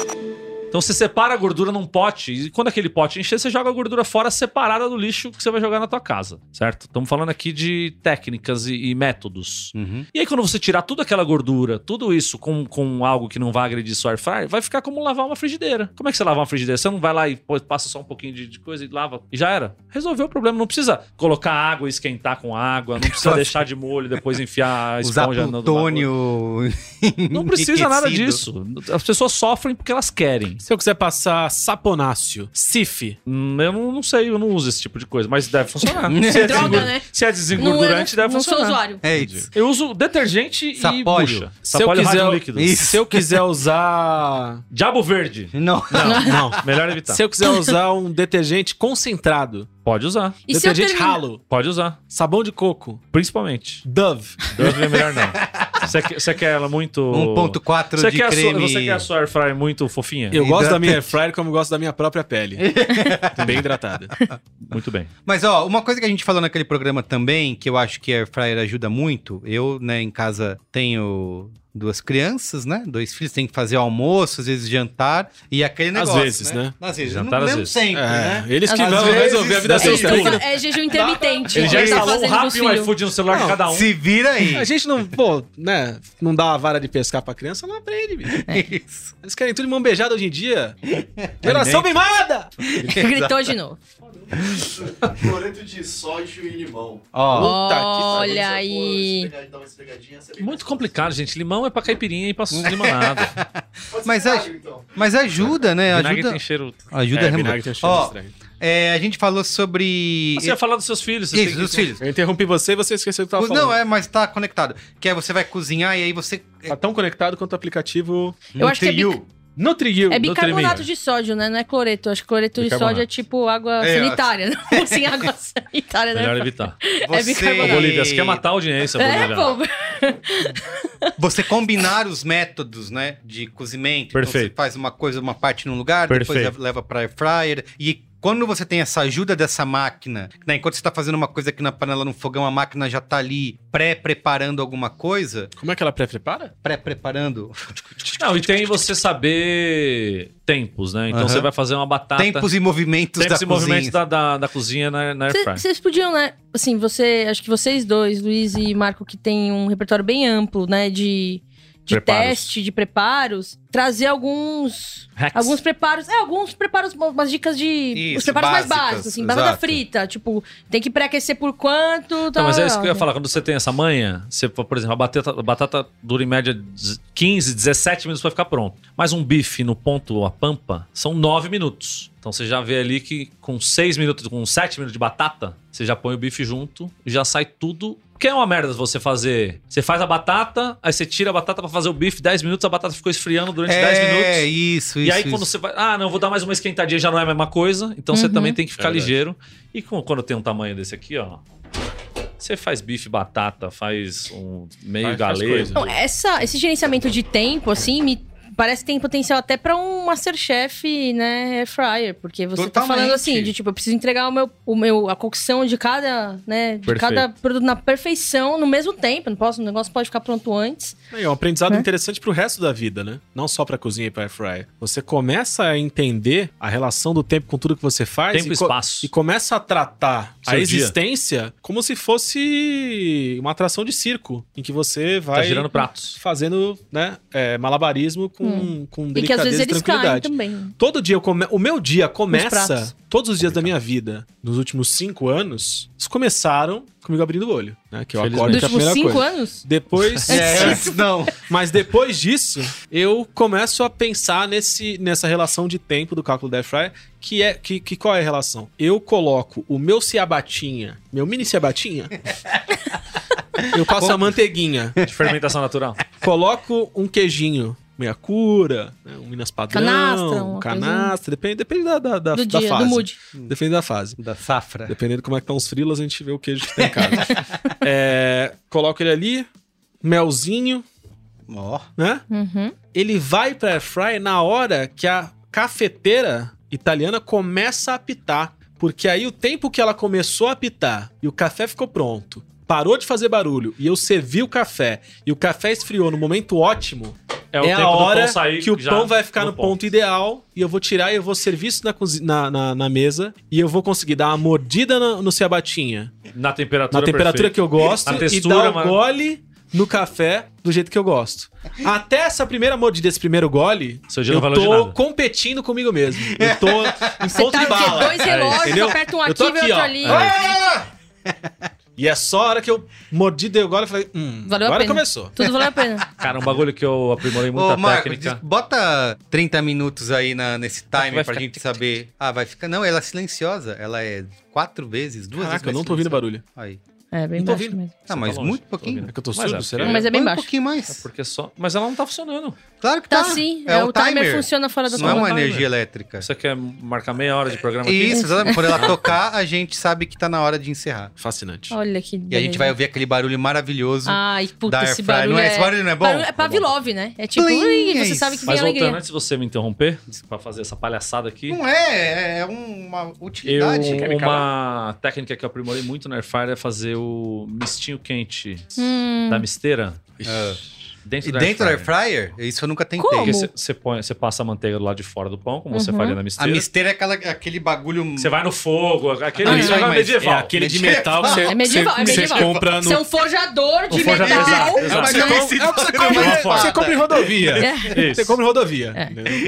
Então você separa a gordura num pote e quando aquele pote encher, você joga a gordura fora separada do lixo que você vai jogar na tua casa, certo? Estamos falando aqui de técnicas e, e métodos.
Uhum.
E aí quando você tirar toda aquela gordura, tudo isso com, com algo que não vai agredir sua air fryer, vai ficar como lavar uma frigideira. Como é que você lava uma frigideira? Você não vai lá e pô- passa só um pouquinho de, de coisa e lava e já era. Resolveu o problema, não precisa colocar água, e esquentar com água, não precisa deixar de molho, depois enfiar a
Usar
esponja no- na-
plutônio.
Não precisa nada
enriquecido.
disso. As pessoas sofrem porque elas querem.
Se eu quiser passar saponáceo, sif,
Hum, Eu não, não sei, eu não uso esse tipo de coisa, mas deve funcionar.
Droga,
se, é
Droga,
desengor-
né?
se é desengordurante,
não, eu
deve
não sou
funcionar.
usuário.
É isso.
Eu uso detergente e
Sapólio.
bucha.
Se eu
Sapólio e
quiser-
rádio líquido.
Isso.
se eu quiser usar...
Diabo verde.
Não.
Não, não.
Melhor
Tá.
evitar.
Se eu quiser usar um detergente concentrado,
Pode usar.
E se eu
detergente
terminar-
ralo,
Pode usar.
sabão de coco,
Principalmente.
Dove,
Dove é melhor não. Você quer, você quer ela muito...
1.4
Você
de
quer, a sua-
creme.
você quer a sua air fryer muito
É.
fofinha?
eu
Hidratante.
gosto da minha air fryer como eu gosto da minha própria pele. Bem hidratada.
Muito bem.
Mas, ó, uma coisa que a gente falou naquele programa também, que eu acho que a Air Fryer ajuda muito, eu, né, em casa tenho duas crianças, né? Dois filhos, tem que fazer almoço, às vezes jantar, e aquele
Às
negócio.
vezes, né?
Às vezes,
Jantar,
não
às
lembro
vezes.
sempre,
É,
né?
eles que
Às
vão
vezes,
resolver a vida
às
deles.
vezes.
também.
É jejum intermitente.
Ele
que
já
tá
instalou
fazendo
um
com os
rap e um
filhos.
iFood no celular de cada um.
Se vira aí.
A gente não, pô, né? Não dá a vara de pescar pra criança, não aprende, bicho.
É Isso.
Eles querem tudo de mão beijada hoje em dia. Geração mimada!
Gritou de novo.
Cloreto de sódio e limão.
Ó,
Puta que
Olha aí.
Muito complicado, gente. Limão é pra caipirinha e pra suco de limonada.
Mas
é
acho-
então.
mas ajuda, né?
Vinagre
Ajuda,
tem cheiro...
ajuda a
É,
remover.
vinagre tem um cheiro
Ó,
estranho.
é, a gente falou sobre...
Você ia falar dos seus filhos. Vocês
Isso,
têm que-
dos filhos.
Eu interrompi você e você esqueceu o que tava
Os-
falando.
Não, é, mas tá conectado. Que é você vai cozinhar e aí você...
Tá tão conectado quanto o aplicativo
Eu acho que é
Nutriu.
Nutriu.
É
Nutri-
bicarbonato de sódio, né? Não é cloreto. Acho que cloreto de
Bicarbonato.
sódio é tipo água
É, eu
sanitária. Não, sem água sanitária,
Melhor
né?
evitar.
É
Você...
Ô,
bicarbonato.
Bolívia, você quer matar a audiência, Bolívia.
É, pô.
Você combinar os métodos, né, de cozimento. Então
Perfeito.
você faz uma coisa, uma parte num lugar, depois
Perfeito.
leva para air fryer e quando você tem essa ajuda dessa máquina, né, enquanto você está fazendo uma coisa aqui na panela, no fogão, a máquina já tá ali pré-preparando alguma coisa,
Como é que ela pré-prepara?
pré-preparando
Não, e tem você saber tempos, né? Então
Aham.
você vai fazer uma batata.
tempos e movimentos
tá. tempos
da
e
cozinha.
movimentos da, da, da cozinha na, na air
Cê-
fryer.
Vocês podiam, né? Assim, você. Acho que vocês dois, Luiz e Marco, que tem um repertório bem amplo, né? De, de
Preparos.
teste, de preparos, trazer alguns.
Hacks.
Alguns preparos. É, alguns preparos, umas dicas de. os
Isso,
preparos mais
básicas,
básicos, assim, batata
exato.
frita. Tipo, tem que pré-aquecer por quanto. Tá,
Não, mas é isso que eu ia
né?
falar. Quando você tem essa manha, você, por exemplo, a batata, a batata dura em média 15, 17 minutos pra ficar pronto. Mas um bife no ponto, a pampa, são 9 minutos. Então você já vê ali que com 6 minutos, com 7 minutos de batata, você já põe o bife junto e já sai tudo. Porque é uma merda você fazer. Você faz a batata, aí você tira a batata pra fazer o bife 10 minutos, a batata ficou esfriando durante 10 minutos.
É, isso, isso.
E aí,
isso.
quando você vai. Ah, não, vou dar mais uma esquentadinha, já não é a mesma coisa. Então você
Uhum.
também tem que ficar
É verdade.
ligeiro. E com- quando tem um tamanho desse aqui, ó. Você faz bife, batata, faz um meio
Faz- faz
galego.
coisa.
Então, essa, esse gerenciamento de tempo, assim, me parece que tem potencial até pra um Masterchef, né, air fryer, porque você tá
Totalmente.
falando assim, de tipo, eu preciso entregar o meu, o meu a cocção de cada, né, de
Perfeito.
cada produto na perfeição, no mesmo tempo, não posso, o negócio pode ficar pronto antes.
É um aprendizado
Né?
interessante pro resto da vida, né? Não só pra cozinha e pra air fryer. Você começa a entender a relação do tempo com tudo que você faz.
Tempo e
e co-
espaço.
E começa a tratar a
Seu dia.
existência como se fosse uma atração de circo, em que você vai
Tá girando pratos.
fazendo né, é, malabarismo com, com
Hum. E que às vezes
delicadeza e
eles caem
tranquilidade.
também.
Todo dia eu come... O meu dia
pratos.
começa. Todos os dias da minha vida, nos últimos cinco anos, eles começaram comigo abrindo o olho. Né? Que eu
Felizmente.
acordo
Dos
que é a
últimos
primeira
cinco
coisa.
anos?
Depois.
É, antes não.
Mas depois disso, eu começo a pensar nesse, nessa relação de tempo do cálculo da air fryer, que é que, que qual é a relação? Eu coloco o meu ciabatinha, meu mini ciabatinha, eu passo a manteiguinha,
De fermentação natural.
coloco um queijinho, meia cura, né, um minas padrão,
Canastra, uma
um canastra, depende, depende da, da, da,
do
da
dia,
fase.
do mood.
Depende da fase.
Da safra.
Dependendo como é que estão os frilas, a gente vê o queijo que tem em casa. É, coloco ele ali, melzinho,
Ó.
né?
Uhum.
ele vai pra air fryer na hora que a cafeteira italiana começa a apitar. Porque aí o tempo que ela começou a apitar e o café ficou pronto, parou de fazer barulho e eu servi o café e o café esfriou no momento ótimo, é, a hora que o
já
pão vai ficar no, ponto.
ponto.
ideal e eu vou tirar e eu vou servir isso na, cozi- na, na- na mesa e eu vou conseguir dar uma mordida no, no ciabatinha
Na temperatura.
na temperatura
perfeita.
que eu gosto
Na
e
textura,
dar um
mano.
gole no café do jeito que eu gosto. Até essa primeira mordida, esse primeiro gole,
Seu dia
eu
não valeu de
tô
nada.
competindo comigo mesmo. Eu tô em
Você
ponto
tá
de
o quê?
bala.
dois relógios,
entendeu?
aperta um
Eu
aqui
tô
e outro ali.
aqui, ó. E é só a hora que eu mordi, dei o gole e falei, hum,
Valeu
agora
a pena.
começou.
Tudo valeu a pena.
Cara, um bagulho que eu aprimorei muita
Ô, Marco,
técnica.
diz- Ah, bota 30 minutos aí na, nesse
vai
timer pra
ficar
gente saber. Ah, vai ficar. Não, ela é silenciosa. Ela é quatro vezes, duas
Caraca, eu
vezes. mais
não tô ouvindo
silenciosa.
barulho.
Aí.
É, bem
Não tô
baixo
ouvindo.
mesmo.
Ah, mas
tá longe, Tá
muito pouquinho.
É que eu tô
Mas
surdo,
é,
será?
Mas é bem
Põe
baixo.
Um pouquinho mais.
Porque só... Mas ela não tá funcionando.
Claro que
Tá,
tá.
sim. É, o, timer, funciona fora da
Não é
tua
uma
mão.
energia elétrica.
Você quer marcar é meia hora de programa aqui?
Isso, exatamente. Quando ela tocar, a gente sabe que tá na hora de encerrar.
Fascinante.
Olha que
E a gente vai ouvir aquele barulho maravilhoso.
Ai, Ah, puta,
da
esse
air fryer.
barulho
Não é-
é...
esse barulho não é bom?
Barulho é Pavlov, né? É tipo,
Plim,
ui,
é
você
isso.
sabe que vem
Mas voltando,
alegria.
antes de você me interromper, pra fazer essa palhaçada aqui.
Não é, é uma
Eu,
utilidade.
uma técnica que eu aprimorei muito na Airfire é fazer o mistinho quente
Hum,
da misteira.
Ixi.
Ah.
Dentro
E
do
dentro do air
air fryer.
fryer? Isso eu nunca tentei.
Como?
Porque você põe- você passa a manteiga do lado de fora do pão, como você
Uhum.
faria na
A
misteira.
misteira é aquela, aquele bagulho.
Você vai no fogo, aquele
Ah,
Não,
isso
não,
é
mas
É
medieval.
aquele de
Medieval.
metal que
É medieval, é
você- você
medieval.
compra no.
Você é um forjador de
Um forjador,
metal.
exato,
É, mas
exato.
eu
Não,
pensei-
É o que você compra,
Espada.
você compra em rodovia.
É.
Isso.
Você compra em rodovia.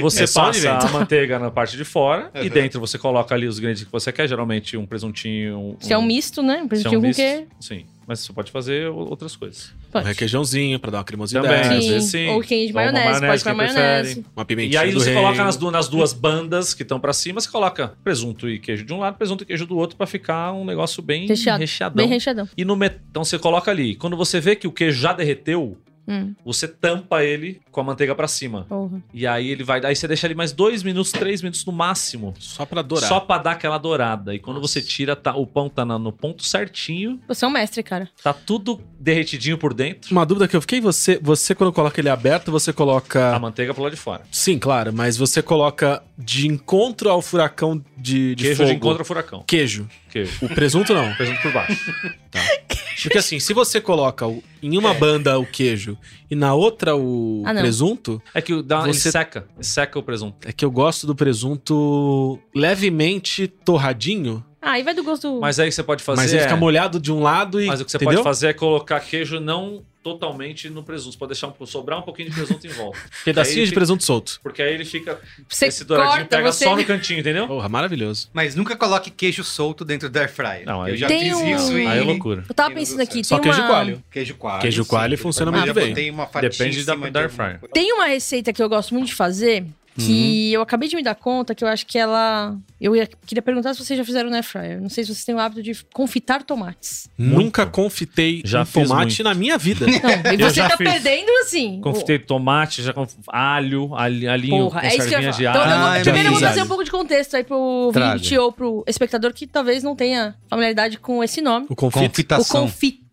Você
É só onde
passa
vende.
a manteiga na parte de fora
Uhum.
e dentro você coloca ali os ingredientes que você quer, geralmente um presuntinho. Um,
Isso é um misto, né? Um presentinho com o
misto.
quê?
Sim. Mas você pode fazer o- outras coisas.
Um requeijãozinho pra dar uma cremosidade.
Também, às
Sim.
vezes sim.
Ou quem de
Ou uma
maionese, pode
quem
pôr maionese.
prefere.
Uma
E
pimentinha
aí
do
você
reino.
coloca nas, du- nas duas bandas que estão pra cima, você coloca presunto e queijo de um lado, presunto e queijo do outro pra ficar um negócio bem
Recheado.
recheadão.
Bem recheadão.
E no met... então você coloca ali. Quando você vê que o queijo já derreteu,
Hum,
você tampa ele com a manteiga pra cima.
porra.
E aí ele vai. Aí você deixa ele mais dois minutos, três minutos no máximo.
Só pra dourar.
Só pra dar aquela dourada. E quando você tira, tá- o pão tá na- no ponto certinho,
Você é um mestre, cara.
tá tudo derretidinho por dentro.
Uma dúvida que eu fiquei, você, você quando coloca ele aberto, você
A
coloca...
manteiga pro lado de fora.
Sim, claro, mas você coloca de encontro ao furacão de, de
queijo
fogo.
de encontro ao furacão.
Queijo.
Queijo.
O presunto não.
Presunto por baixo.
Porque assim, se você coloca o- em
É.
uma banda o queijo e na outra o
Ah, não.
presunto,
É que o- dá, ele
Você-
seca. Ele seca o presunto.
é que eu gosto do presunto levemente torradinho,
Ah, aí vai do gosto do...
Mas aí você pode fazer.
mas ele
é-
fica molhado de um lado e.
mas o que você
entendeu?
pode fazer é colocar queijo não totalmente no presunto. Você pode deixar um- sobrar um pouquinho de presunto em volta. Aí
Pedacinho
ele
de
fica-
presunto solto.
Porque aí ele fica.
Você
esse douradinho
corta,
pega
você...
só no cantinho, entendeu?
Porra, maravilhoso.
Mas nunca coloque queijo solto dentro do air fryer.
Não, aí-
eu já
Tem
fiz
um-
isso e
Aí é loucura.
Eu tava
Meu Deus
pensando
do
é.
aqui, tem
Só queijo
uma...
coalho.
Queijo coalho.
Queijo coalho
sim,
funciona
mas
muito
eu
bem.
botei uma fatia
Depende
em
da-
cima
da
de um
air fryer.
alguma coisa.
Tem uma receita que eu gosto muito de fazer,
Uhum.
que eu acabei de me dar conta, que eu acho que ela... Eu ia- queria perguntar se vocês já fizeram no air fryer. Não sei se vocês têm o hábito de confitar tomates.
Nunca confitei
Já
um
fiz
tomate
muito.
na minha vida.
Não, e
Eu
você
já
tá
fiz.
perdendo, assim...
Confitei tomate, já conf... alho, ali- alinho,
Porra,
com
é isso que eu
servinha
ia
de
falar.
alho.
Então, eu vou-
Ah, é
primeiro eu vou
verdade.
trazer um pouco de contexto aí pro
Traga.
ouvinte ou pro espectador que talvez não tenha familiaridade com esse nome.
O confite.
Confitação.
O confit.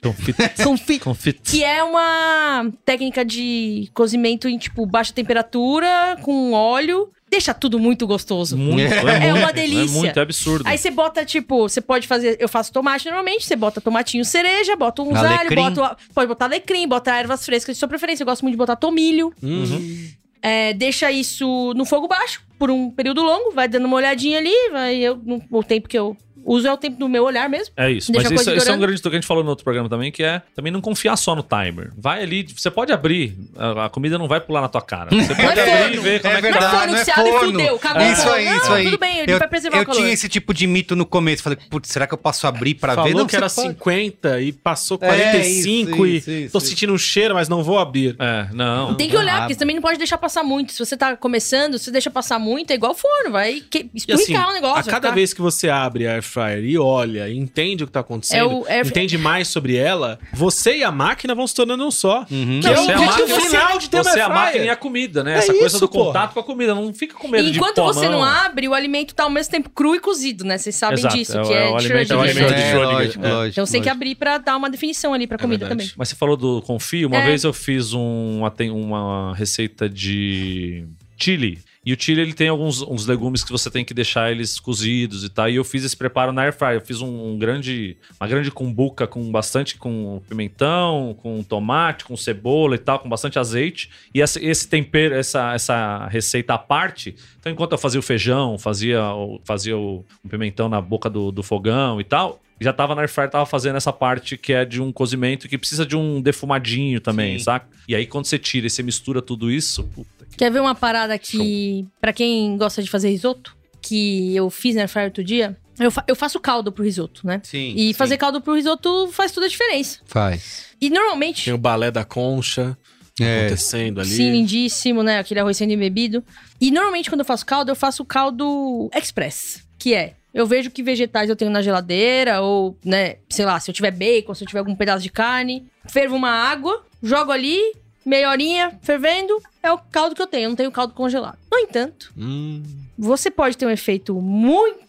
confit. Que é uma técnica de cozimento em, tipo, baixa temperatura, com óleo. Deixa tudo muito gostoso.
Muito, é,
É
muito,
uma
É
delícia.
muito, é absurdo.
Aí você bota, tipo, você pode fazer. Eu faço tomate normalmente, você bota tomatinho cereja, bota uns alho,
Alecrim.
bota, a- pode botar alecrim, bota ervas frescas de sua preferência. Eu gosto muito de botar tomilho.
Uhum.
É, deixa isso no fogo baixo por um período longo, vai dando uma olhadinha ali, vai eu, no- o tempo que eu uso é o tempo do meu olhar mesmo.
É isso.
Deixa
Mas
a
isso,
coisa
isso é um
dourando.
grande truque que a gente falou no outro programa também, que é também não confiar só no timer. Vai ali, você pode abrir, a, a comida não vai pular na tua cara. Você pode
é
abrir e
forno.
ver como é,
É
que
verdade,
Não é forno
não é
que se abre e
forno.
fudeu, acabou.
Isso aí,
Não,
isso aí.
tudo bem, ele vai preservar
eu
o calor.
tinha esse tipo de mito no começo. Falei, putz, será que eu posso abrir pra
Falou
ver? Não,
que era
você
assim.
pode.
50 e passou
É,
45
isso, isso,
e
isso,
tô
isso.
sentindo um cheiro, mas não vou abrir.
tá. É, não.
Tem que olhar,
errado.
porque você também não pode deixar passar muito. Se você tá começando, se deixa passar muito, é igual forno, vai que,
E assim,
explicar o negócio. tá?
a
vai
cada
ficar-
vez que você abre a air fryer e olha, e entende o que tá acontecendo,
É o air-
entende mais sobre ela, você e a máquina vão se tornando um só.
Uhum.
Que é
Você
o
é a
vídeo
máquina-
final de ter uma
Você é
air
a máquina e
fryer.
a comida, né?
É
Essa coisa
isso,
do
porra.
contato com a comida. Não fica com medo
E
de
enquanto
pôr a
você
mão.
não abre, o alimento tá ao mesmo tempo cru e cozido, né? Vocês sabem
Exato,
disso,
é o-
que
é
é,
o alimento-
Schrödinger.
é o alimento de É
É,
Schrödinger.
lógico,
É.
lógico.
Então você tem que
lógico.
abrir pra dar uma definição ali pra comida
verdade.
também.
Mas você falou do confio. Uma
É.
vez eu fiz um, uma, tem uma receita de chili. E o chili ele tem alguns uns legumes que você tem que deixar eles cozidos e tal. E eu fiz esse preparo na air fryer. Eu fiz um, um grande, uma grande cumbuca com bastante com pimentão, com tomate, com cebola e tal, com bastante azeite. E essa- esse tempero, essa, essa receita à parte. Então, enquanto eu fazia o feijão, fazia, o- fazia o, um pimentão na boca do, do fogão e tal, já tava na Airfryer, tava fazendo essa parte que é de um cozimento que precisa de um defumadinho também,
Sim.
saca? E aí, quando você tira e você mistura tudo isso, puta que.
Quer ver uma parada que, pra quem gosta de fazer risoto, que eu fiz na air fryer outro dia? Eu, fa- eu faço caldo pro risoto, né?
Sim,
E
sim.
fazer caldo pro risoto faz toda a diferença.
Faz.
E
um
normalmente,
Tem o balé da concha
É.
acontecendo ali.
sim, lindíssimo, né? Aquele arroz sendo embebido. E normalmente quando eu faço caldo, eu faço caldo express, que é... Eu vejo que vegetais eu tenho na geladeira, ou, né, sei lá, se eu tiver bacon, se eu tiver algum pedaço de carne, fervo uma água, jogo ali, meia horinha fervendo, é o caldo que eu tenho, eu não tenho caldo congelado. No entanto,
Hum,
você pode ter um efeito muito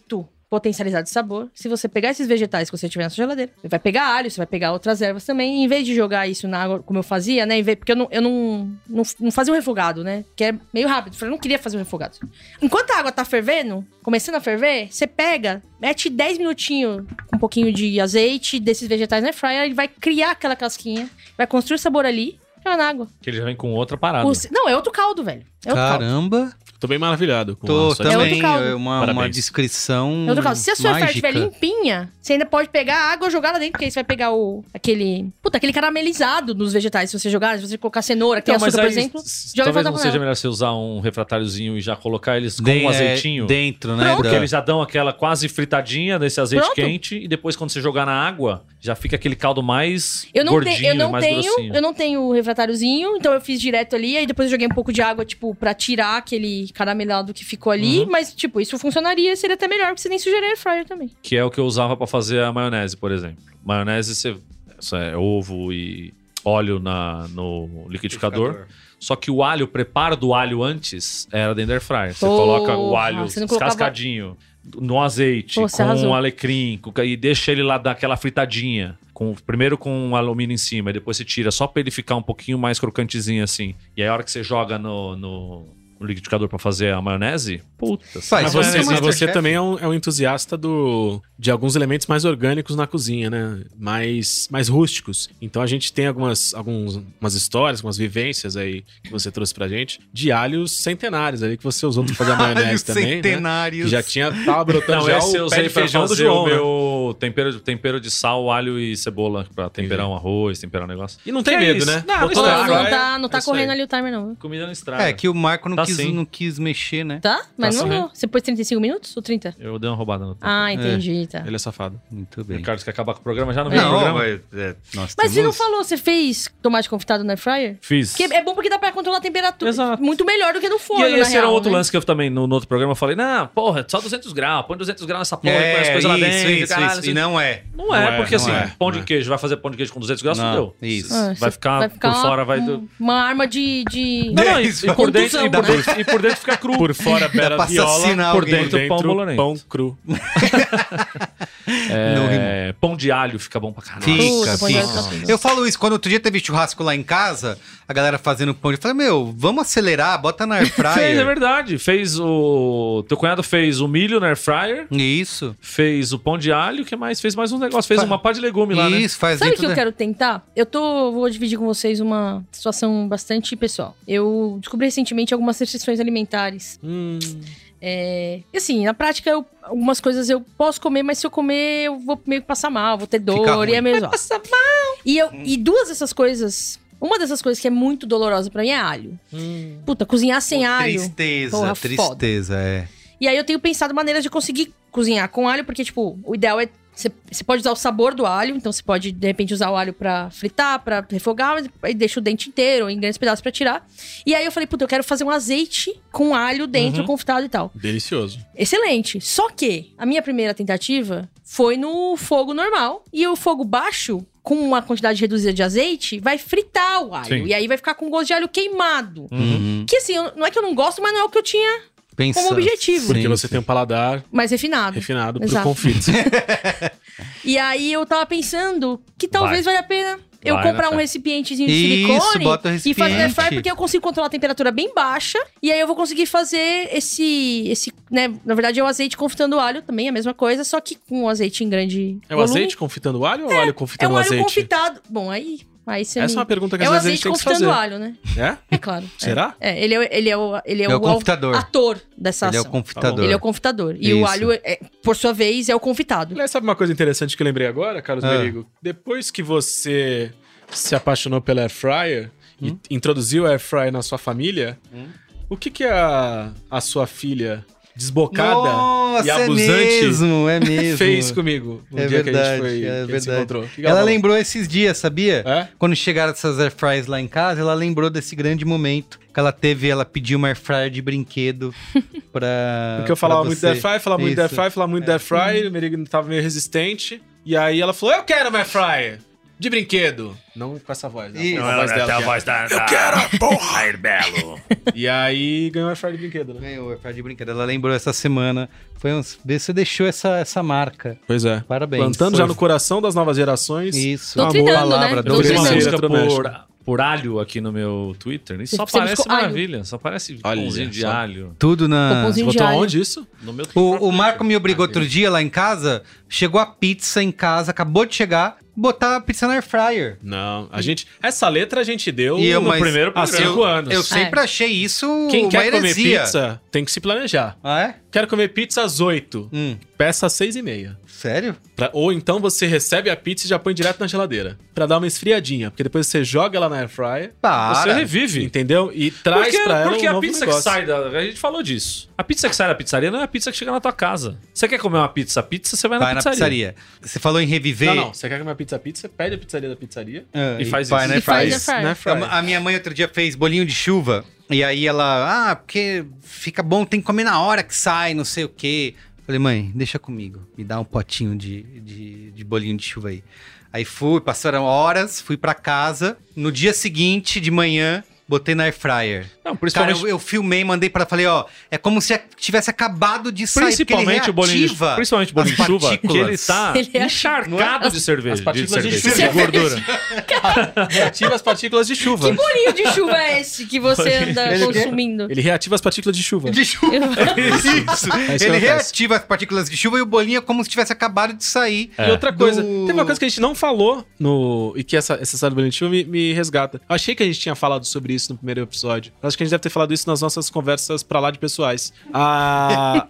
potencializado de sabor se você pegar esses vegetais que você tiver na sua geladeira. Você vai pegar alho, você vai pegar outras ervas também. e em vez de jogar isso na água, como eu fazia, né? Em vez, porque eu, não, eu não, não, não fazia um refogado, né? Que é meio rápido. Eu não queria fazer um refogado. Enquanto a água tá fervendo, começando a ferver, você pega, mete 10 minutinhos com um pouquinho de azeite desses vegetais na air fryer, ele vai criar aquela casquinha, vai construir o sabor ali. Joga na água.
Que ele já vem com outra parada.
O ci- Não, é outro caldo, velho. É outro caldo.
Caramba.
Tô bem maravilhado com
Tô
a sua-
É outro
também.
caldo.
é uma, uma
Parabéns.
descrição.
É outro caldo. Se a sua
mágica.
mágica. estiver limpinha, você ainda pode pegar a água e jogar lá dentro, porque aí você vai pegar o aquele. Puta, aquele caramelizado nos vegetais. Se você jogar, se você colocar cenoura, que tem açúcar, por exemplo.
Então, s-
joga e
talvez
volta
não
com
seja
ela.
melhor você usar um refratáriozinho e já colocar eles com
De-
um
é,
azeitinho.
Dentro, né?
Porque
da-
eles já dão aquela quase fritadinha nesse azeite
Pronto.
quente e depois quando você jogar na água, já fica aquele caldo mais
Eu não, te-
gordinho,
eu não
mais grossinho.
tenho, eu não tenho o refratáriozinho, então eu fiz direto ali, aí depois eu joguei um pouco de água, tipo, pra tirar aquele caramelado que ficou ali,
Uhum.
mas, tipo, isso funcionaria, seria até melhor, porque você nem sugerir air fryer também.
Que é o que eu usava pra fazer a maionese, por exemplo. Maionese, você isso é ovo e óleo na, no liquidificador. Só que o alho, o preparo do alho antes era dentro da air fryer. Você
Porra,
coloca o alho
você não colocava-
descascadinho no azeite,
Pô, você
com
arrasou.
um alecrim, com- e deixa ele lá dar aquela fritadinha. Com, primeiro com um alumínio em cima, e depois você tira só pra ele ficar um pouquinho mais crocantezinho assim. E aí a hora que você joga no, no, no liquidificador pra fazer a maionese, puta.
Faz,
Mas
Mas
você,
você é
mas você
Masterchef.
também é um, é um entusiasta do, de alguns elementos mais orgânicos na cozinha, né? Mais, mais rústicos. Então a gente tem algumas, alguns, umas histórias, algumas vivências aí que você trouxe pra gente de alhos centenários ali que você usou pra fazer a maionese também. Né? Que
centenários.
já tinha. Tava brotando
Não,
já
esse eu
o pé
usei
de
pra
feijão do
fazer
João,
o
né?
meu tempero, tempero de sal, alho e cebola pra temperar um arroz, temperar um negócio.
E não tem
Que é
medo,
isso?
né?
Não,
Botou
não
na
estraga.
água,
não
é-
tá, não
é
tá
isso aí.
correndo ali o timer, não. viu?
Comida não estraga.
É, que o Marco não,
Tá
quis,
sim.
não quis mexer, né?
Tá? Mas
Tá
não,
sim.
não. Você pôs 35 minutos ou 30?
Eu dei uma roubada
É,
no tempo.
Ah, entendi, tá.
Ele é safado.
Muito bem.
O Carlos quer acabar com o programa já no meio do
Não,
programa?
mas, é, nós
Mas você não
temos-
falou, você fez tomate confitado no air fryer?
Fiz.
Que é bom porque dá pra controlar a temperatura. Tipo,
Exato.
Muito melhor do que no forno,
e aí,
na
esse era
real,
outro
né?
lance que eu também, no, no outro programa, eu falei, não, porra, só 200 graus, põe 200 graus nessa porra, põe as
É,
coisas
isso,
lá dentro,
isso,
caralho,
isso.
assim.
E não é.
não, é,
Não é,
porque
não
assim,
é,
pão
não
de
é.
queijo, vai fazer pão de queijo com 200 graus,
Não,
fudeu.
isso.
Ah,
Vai
você-
ficar, por
uma-
fora, vai...
um- Uma arma de... de...
Não, é não, e,
Isso,
e por dentro,
contusão,
e, por, dentro- e por dentro fica cru.
Por fora, bela
pra
viola.
assassinar
Por
alguém.
dentro, pão,
bolonês.
cru.
Não rimou.
É, pão de alho fica bom pra caralho.
Fica,
Puta, então tá. põe
fica.
essa coisa.
Eu falo isso, quando outro dia teve churrasco lá em casa, a galera fazendo pão, eu falei, meu, vamos acelerar, bota na air
Fez, é
fryer.
verdade. Fez o. Teu cunhado fez o milho na air fryer,
isso,
fez o pão de alho, o que mais? Fez mais um negócio. Fez uma pá de legume lá, né?
isso, faz
Sabe o
dentro
que eu
da-
quero tentar? Eu tô, vou dividir com vocês uma situação bastante pessoal. Eu descobri recentemente algumas restrições alimentares.
Hum,
É, e assim, na prática, eu- algumas coisas eu posso comer, mas se eu comer, eu vou meio que passar mal, vou ter dor e
ruim.
é mesmo. Passar mal. E, eu, e duas dessas coisas, uma dessas coisas que é muito dolorosa pra mim é alho.
hum.
Puta, cozinhar sem
Pô,
alho.
Tristeza,
Porra,
tristeza, é.
E aí eu tenho pensado maneiras de conseguir cozinhar com alho, porque, tipo, o ideal é. Você você pode usar o sabor do alho, então você pode, de repente, usar o alho pra fritar, pra refogar, mas aí deixa o dente inteiro, em grandes pedaços pra tirar. E aí eu falei, puta, eu quero fazer um azeite com alho dentro,
Uhum.
confitado e tal.
Delicioso.
Excelente. Só que a minha primeira tentativa foi no fogo normal. E o fogo baixo, com uma quantidade reduzida de azeite, vai fritar o alho.
Sim.
E aí vai ficar com gosto de alho queimado.
Uhum.
Que assim, eu- não é que eu não gosto, mas não é o que eu tinha
Pensa.
como objetivo.
Porque
Sim,
você
sim.
tem um paladar
mais refinado.
refinado
Exato.
pro É conflito.
E aí eu tava pensando que talvez valha a pena eu
Vai, né,
comprar um
cara?
recipientezinho de
Isso,
silicone
bota o
e fazer air fryer
recipiente.
porque eu consigo controlar a temperatura bem baixa e aí eu vou conseguir fazer esse esse, né, na verdade é o azeite confitando alho também, é a mesma coisa, só que com azeite em grande
É o
volume.
azeite confitando o alho ou o alho
É
confitando
um
o
alho
azeite?
confitado. Bom, aí, aí você
Essa é
me-
uma pergunta que
É
às
o
vezes a gente
azeite
tem que se
confitando
fazer.
alho, né?
É?
É claro.
Será?
É, ele é, o- ele é o, ele é
É o
au-
confitador.
ator
um
dessa
Ele é o
ação.
confitador.
Ele é o confitador. E o
Isso.
alho, é- por sua vez, é o confitado.
Aliás, sabe uma coisa interessante que eu lembrei agora, Carlos
Ah.
Merigo? Depois que você se apaixonou pela Air Fryer
Hum.
e introduziu a Air Fryer na sua família, o que que a, a sua filha desbocada
Nossa,
Tá e abusante
é mesmo, é mesmo.
fez comigo no
É
dia que a gente
verdade,
foi
é
que a gente se
verdade.
encontrou? O que que
Ela Ah,
falou?
lembrou esses dias, sabia?
É?
Quando chegaram essas air fryers lá em casa, ela lembrou desse grande momento que ela teve, ela pediu uma air fryer de brinquedo pra
Porque eu falava
pra
muito
você.
da Air Fryer, falava muito da Air
Isso. É. Uhum.
Fryer, falava muito da Air Fryer, o Merigo tava meio resistente. E aí ela falou: Eu quero uma Air Fryer! De brinquedo! Não com essa voz.
Isso.
Né?
Não,
a voz dela. que
da.
é.
Eu quero a porra, Belo.
E aí ganhou a Air Fryer de brinquedo, né?
Ganhou air fryer de brinquedo. Ela lembrou essa semana. Foi uns, vê se você deixou essa essa marca.
Pois é.
Parabéns.
Plantando
Foi-
já no coração das novas gerações.
Isso.
Não,
Doutrinando,
Amor,
né?
palavra,
Eu
Doutrinando.
fiz uma
Doutrina
música
eletrodoméstica.
por, por alho aqui no meu Twitter. E só
Você
parece
buscou alho?
maravilha. Só parece
Olha,
pãozinho de
só.
alho.
Tudo
O
na
pãozinho de
Botou
alho.
onde isso?
No meu
O, o Marco me obrigou outro dia lá em casa. Chegou a pizza em casa, acabou de chegar. botar a pizza na air fryer.
Não, a gente. Essa letra a gente deu
Hum. E eu,
no
mas-
primeiro
Ah,
há cinco
eu,
anos.
Eu sempre achei isso
Quem
uma
quer comer
heresia.
pizza tem que se planejar.
Ah, é?
Quero comer pizza às 8.
Hum,
Peça às 6 e meia.
sério?
Pra- ou então você recebe a pizza e já põe direto na geladeira. Pra dar uma esfriadinha. Porque depois você joga ela na air fryer,
Você
Para.
revive.
entendeu? E traz
porque
pra ela
porque
um
a
novo
pizza
negócio.
que sai da. A gente falou disso. A pizza que sai da pizzaria não é a pizza que chega na tua casa. Você quer comer uma pizza pizza, você vai,
Vai
na,
na pizzaria.
pizzaria.
Você falou em reviver.
Não, não. Você quer comer a pizza pizza, você pede a pizzaria da pizzaria.
Ah,
E faz
vai
isso.
na air
E faz
fryer.
air fryer.
na air fryer.
É, A, a minha mãe outro dia fez bolinho de chuva. E aí ela, ah, porque fica bom, tem que comer na hora que sai, não sei o quê. Falei, mãe, deixa comigo. Me dá um potinho de, de, de bolinho de chuva aí. Aí fui, passaram horas, fui pra casa. No dia seguinte, de manhã, botei na air fryer.
Não,
Cara,
principalmente,
eu, eu filmei, mandei pra ela, falei, ó, é como se tivesse acabado de sair, porque ele
principalmente o bolinho de,
reativa
principalmente o bolinho de
as
chuva, que ele
partículas.
tá
Ele é-
encharcado de cerveja.
As partículas
de,
de
cerveja.
chuva.
gordura.
Reativa as partículas de chuva.
Que bolinho de chuva é esse que você anda
Ele-
consumindo?
Ele reativa as partículas de chuva.
De chuva. Isso.
É isso que
Ele
acontece.
reativa as partículas de chuva e o bolinho é como se tivesse acabado de sair.
E outra
Do-
coisa, teve uma coisa que a gente não falou no. E que essa, essa série do Boletim me, me resgata. Eu achei que a gente tinha falado sobre isso no primeiro episódio. Eu Acho que a gente deve ter falado isso nas nossas conversas pra lá de pessoais. A,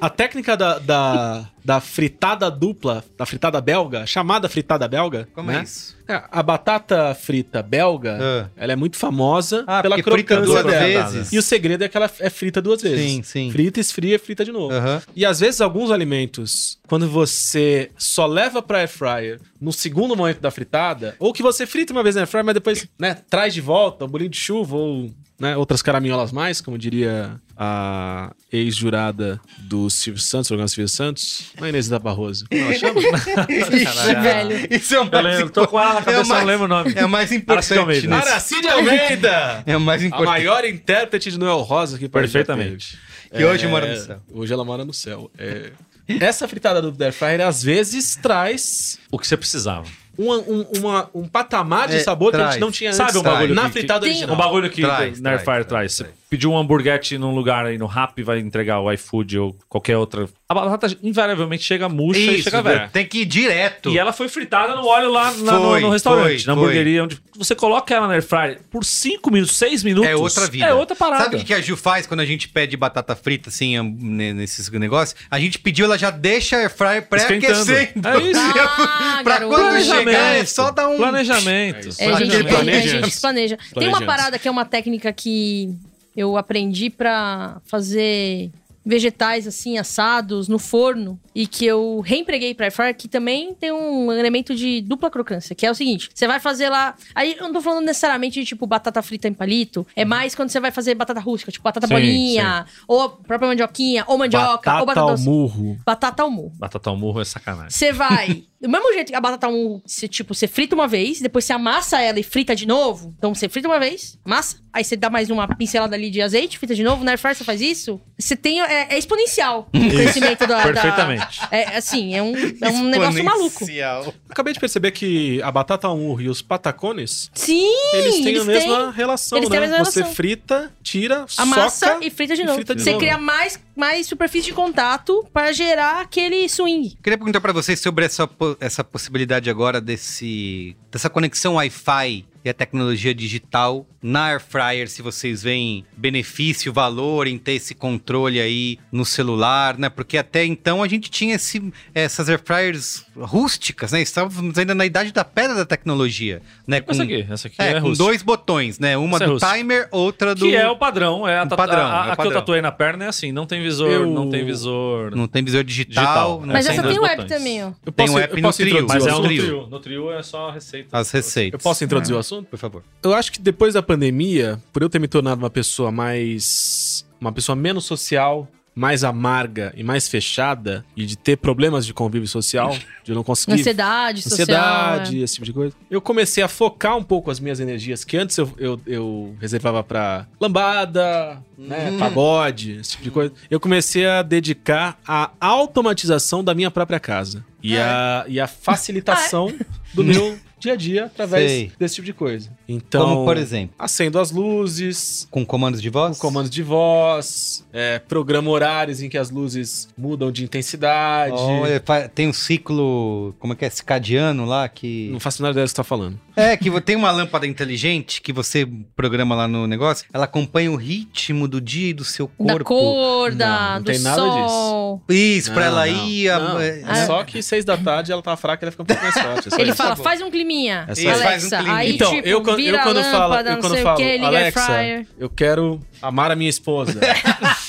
a técnica da, da, da fritada dupla, da fritada belga, chamada fritada belga.
Como
né?
é isso?
É, A batata frita belga,
Ah,
ela é muito famosa
Ah,
pela
porque frita
crocância
duas
dela.
vezes.
E o segredo é que ela é frita duas vezes.
Sim, sim.
Frita, esfria, frita de novo.
Aham.
E às vezes alguns alimentos, quando você só leva pra air fryer no segundo momento da fritada, ou que você frita uma vez na air fryer, mas depois, né, traz de volta um bolinho de chuva ou, né, outras caraminholas mais, como diria a ex-jurada do Silvio Santos, programa Silvio Santos, a Inês da Barroso. Como ela chama?
Isso,
velho.
Isso é o
Eu
mais,
lembro, tô com ela na
é o
cabeça,
mais,
não lembro o nome.
é o mais importante.
Aracide Almeida.
nesse-
Aracide Almeida!
É o mais
A
importante.
maior intérprete de Noel Rosa que Paris já
Perfeitamente.
teve.
Que hoje mora no céu.
É, Hoje ela mora no céu. É. Essa fritada do air fryer às vezes traz
O que você precisava.
uma- um, uma- um patamar de
É,
sabor que a
traz.
gente não tinha
Sabe
antes.
um bagulho
na
que-
fritada
Tem-
original.
Um bagulho que
Traz,
o Nair
traz,
Fire
traz,
traz. Você pediu um hamburguete num lugar aí no Rap, vai entregar o iFood ou qualquer outra. A batata invariavelmente chega murcha e
Isso,
chega velha.
tem que ir direto.
E é ela foi fritada no óleo lá na- no,
Foi,
no restaurante,
foi,
na
foi.
hamburgueria. Onde você coloca ela na air fryer por 5 minutos, 6 minutos.
É outra vida.
É outra parada.
Sabe o que a Ju faz quando a gente pede batata frita, assim, am- ne- nesses negócios? A gente pediu, ela já deixa a air fryer pré-aquecendo.
Esquentando. É isso.
Ah,
pra
garoto.
quando chegar, é só dar um...
Planejamento.
É, a gente,
Aquele
é, a
planeja
gente
antes.
se planeja. Tem uma
Planeja
parada que é uma técnica que eu aprendi pra fazer vegetais assim assados no forno e que eu reempreguei para fryer que também tem um elemento de dupla crocância que é o seguinte você vai fazer lá aí eu não tô falando necessariamente de tipo batata frita em palito é mais quando você vai fazer batata rústica tipo batata
Sim,
bolinha ou a própria mandioquinha ou mandioca ou batata doce.
murro.
batata ao murro
Batata ao murro é sacanagem.
você vai. Do mesmo jeito que a batata um, você, tipo, você frita uma vez, depois você amassa ela e frita de novo. Então você frita uma vez, amassa, aí você dá mais uma pincelada ali de azeite, frita de novo, na air fryer você faz isso. Você tem. É, é exponencial o crescimento da. da-
Perfeitamente.
é assim, é um, é um negócio maluco.
Exponencial.
Acabei de perceber que a batata ao murro e os patacones,
Sim!
eles têm a mesma
têm.
relação,
Eles
né?
têm a mesma
Você
relação.
frita, tira,
Amassa
soca...
e frita de novo.
frita de
você
novo.
cria mais, mais superfície de contato pra gerar aquele swing.
Queria perguntar pra vocês sobre essa, po- essa possibilidade agora desse dessa conexão Wi-Fi e a tecnologia digital na Air Fryer, se vocês veem benefício, valor em ter esse controle aí no celular, né? Porque até então a gente tinha esse, essas Air Fryers rústicas, né? Estávamos ainda na idade da pedra da tecnologia, né? Com,
Essa aqui, essa aqui
é,
é,
com
russa.
dois botões, né? Uma
Essa é
do
russa.
timer, outra do...
Que é o padrão. É a,
O
tatu-
padrão,
a- a
é o
que eu
padrão.
tatuei na perna é assim: não tem visor,
Eu-
não tem visor.
Não tem visor digital. né?
Digital,
não
É,
Mas
sem
essa
dois
tem o app
botões.
também, ó.
Eu
Tem um app no trio, É.
introduzir
Mas
o
é um no
assunto?
trio. No trio é só receita.
As receitas.
Eu posso introduzir o assunto?
Por favor.
Eu acho que depois da pandemia, por eu ter me tornado uma pessoa mais. uma pessoa menos social, mais amarga e mais fechada, e de ter problemas de convívio social, de eu não conseguir.
Ansiedade, social.
Ansiedade, esse tipo de coisa. Eu comecei a focar um pouco as minhas energias, que antes eu, eu, eu reservava pra lambada, né,
Hum.
pagode, esse tipo de coisa. Eu comecei a dedicar à automatização da minha própria casa. E, a, e a facilitação do meu dia a dia através
Sei.
desse tipo de coisa. Então,
Como, por exemplo,
acendo as luzes,
com comandos de voz?
com comandos de voz, é, programa horários em que as luzes mudam de intensidade.
Olha, fa- tem um ciclo, como é que é, circadiano lá, que...
Não faço nada ideia do que você tá falando.
É, que vo- tem uma lâmpada inteligente que você programa lá no negócio, ela acompanha o ritmo do dia e do seu corpo.
Da cor, da,
Não, não
do
tem nada
sol.
Isso, pra
Não,
ela
Ah, não,
ir... a-
não.
é,
Ah.
Só que seis da tarde ela tá fraca, ela fica um pouco mais forte. é só
Ele
isso.
fala,
bom.
faz um climinha,
É só isso.
Faz um
Alexa.
climinha.
Aí,
Então,
tipo,
eu, quando-
vira
eu quando
a
falo,
lâmpada,
eu
não
quando
sei o
falo,
quê, liga air
Alexa,
fryer.
eu quero amar a minha esposa.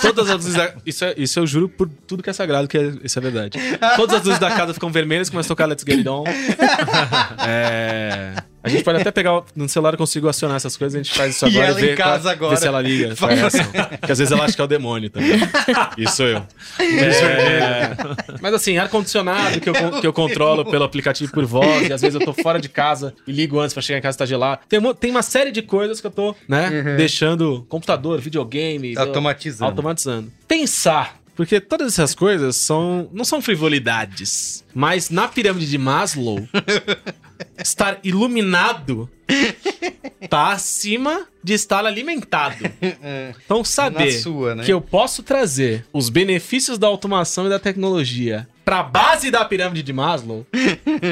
Todas as luzes da... isso, é- isso eu juro por tudo que é sagrado, que é- isso é verdade. Todas as luzes da casa ficam vermelhas, começa a tocar Let's Get It On. É... A gente pode até pegar o- no celular, eu consigo acionar essas coisas, a gente faz isso
E
agora
ela em
vê,
casa
qual-
agora.
vê se ela liga. qual é a reação. Porque às vezes ela acha que é o demônio também. Isso eu. É... Mas assim, ar-condicionado que eu, con- que eu controlo pelo aplicativo por voz, e às vezes eu tô fora de casa e ligo antes pra chegar em casa e tá gelado. Tem, uma- tem uma série de coisas que eu tô, né, deixando computador,
Tá
videogame,
Automatizando.
automatizando. Pensar. Porque todas essas coisas são não são frivolidades, mas na pirâmide de Maslow, estar iluminado tá acima de estar alimentado. Então
na
saber
sua, né?
que eu posso trazer os benefícios da automação e da tecnologia pra base da pirâmide de Maslow,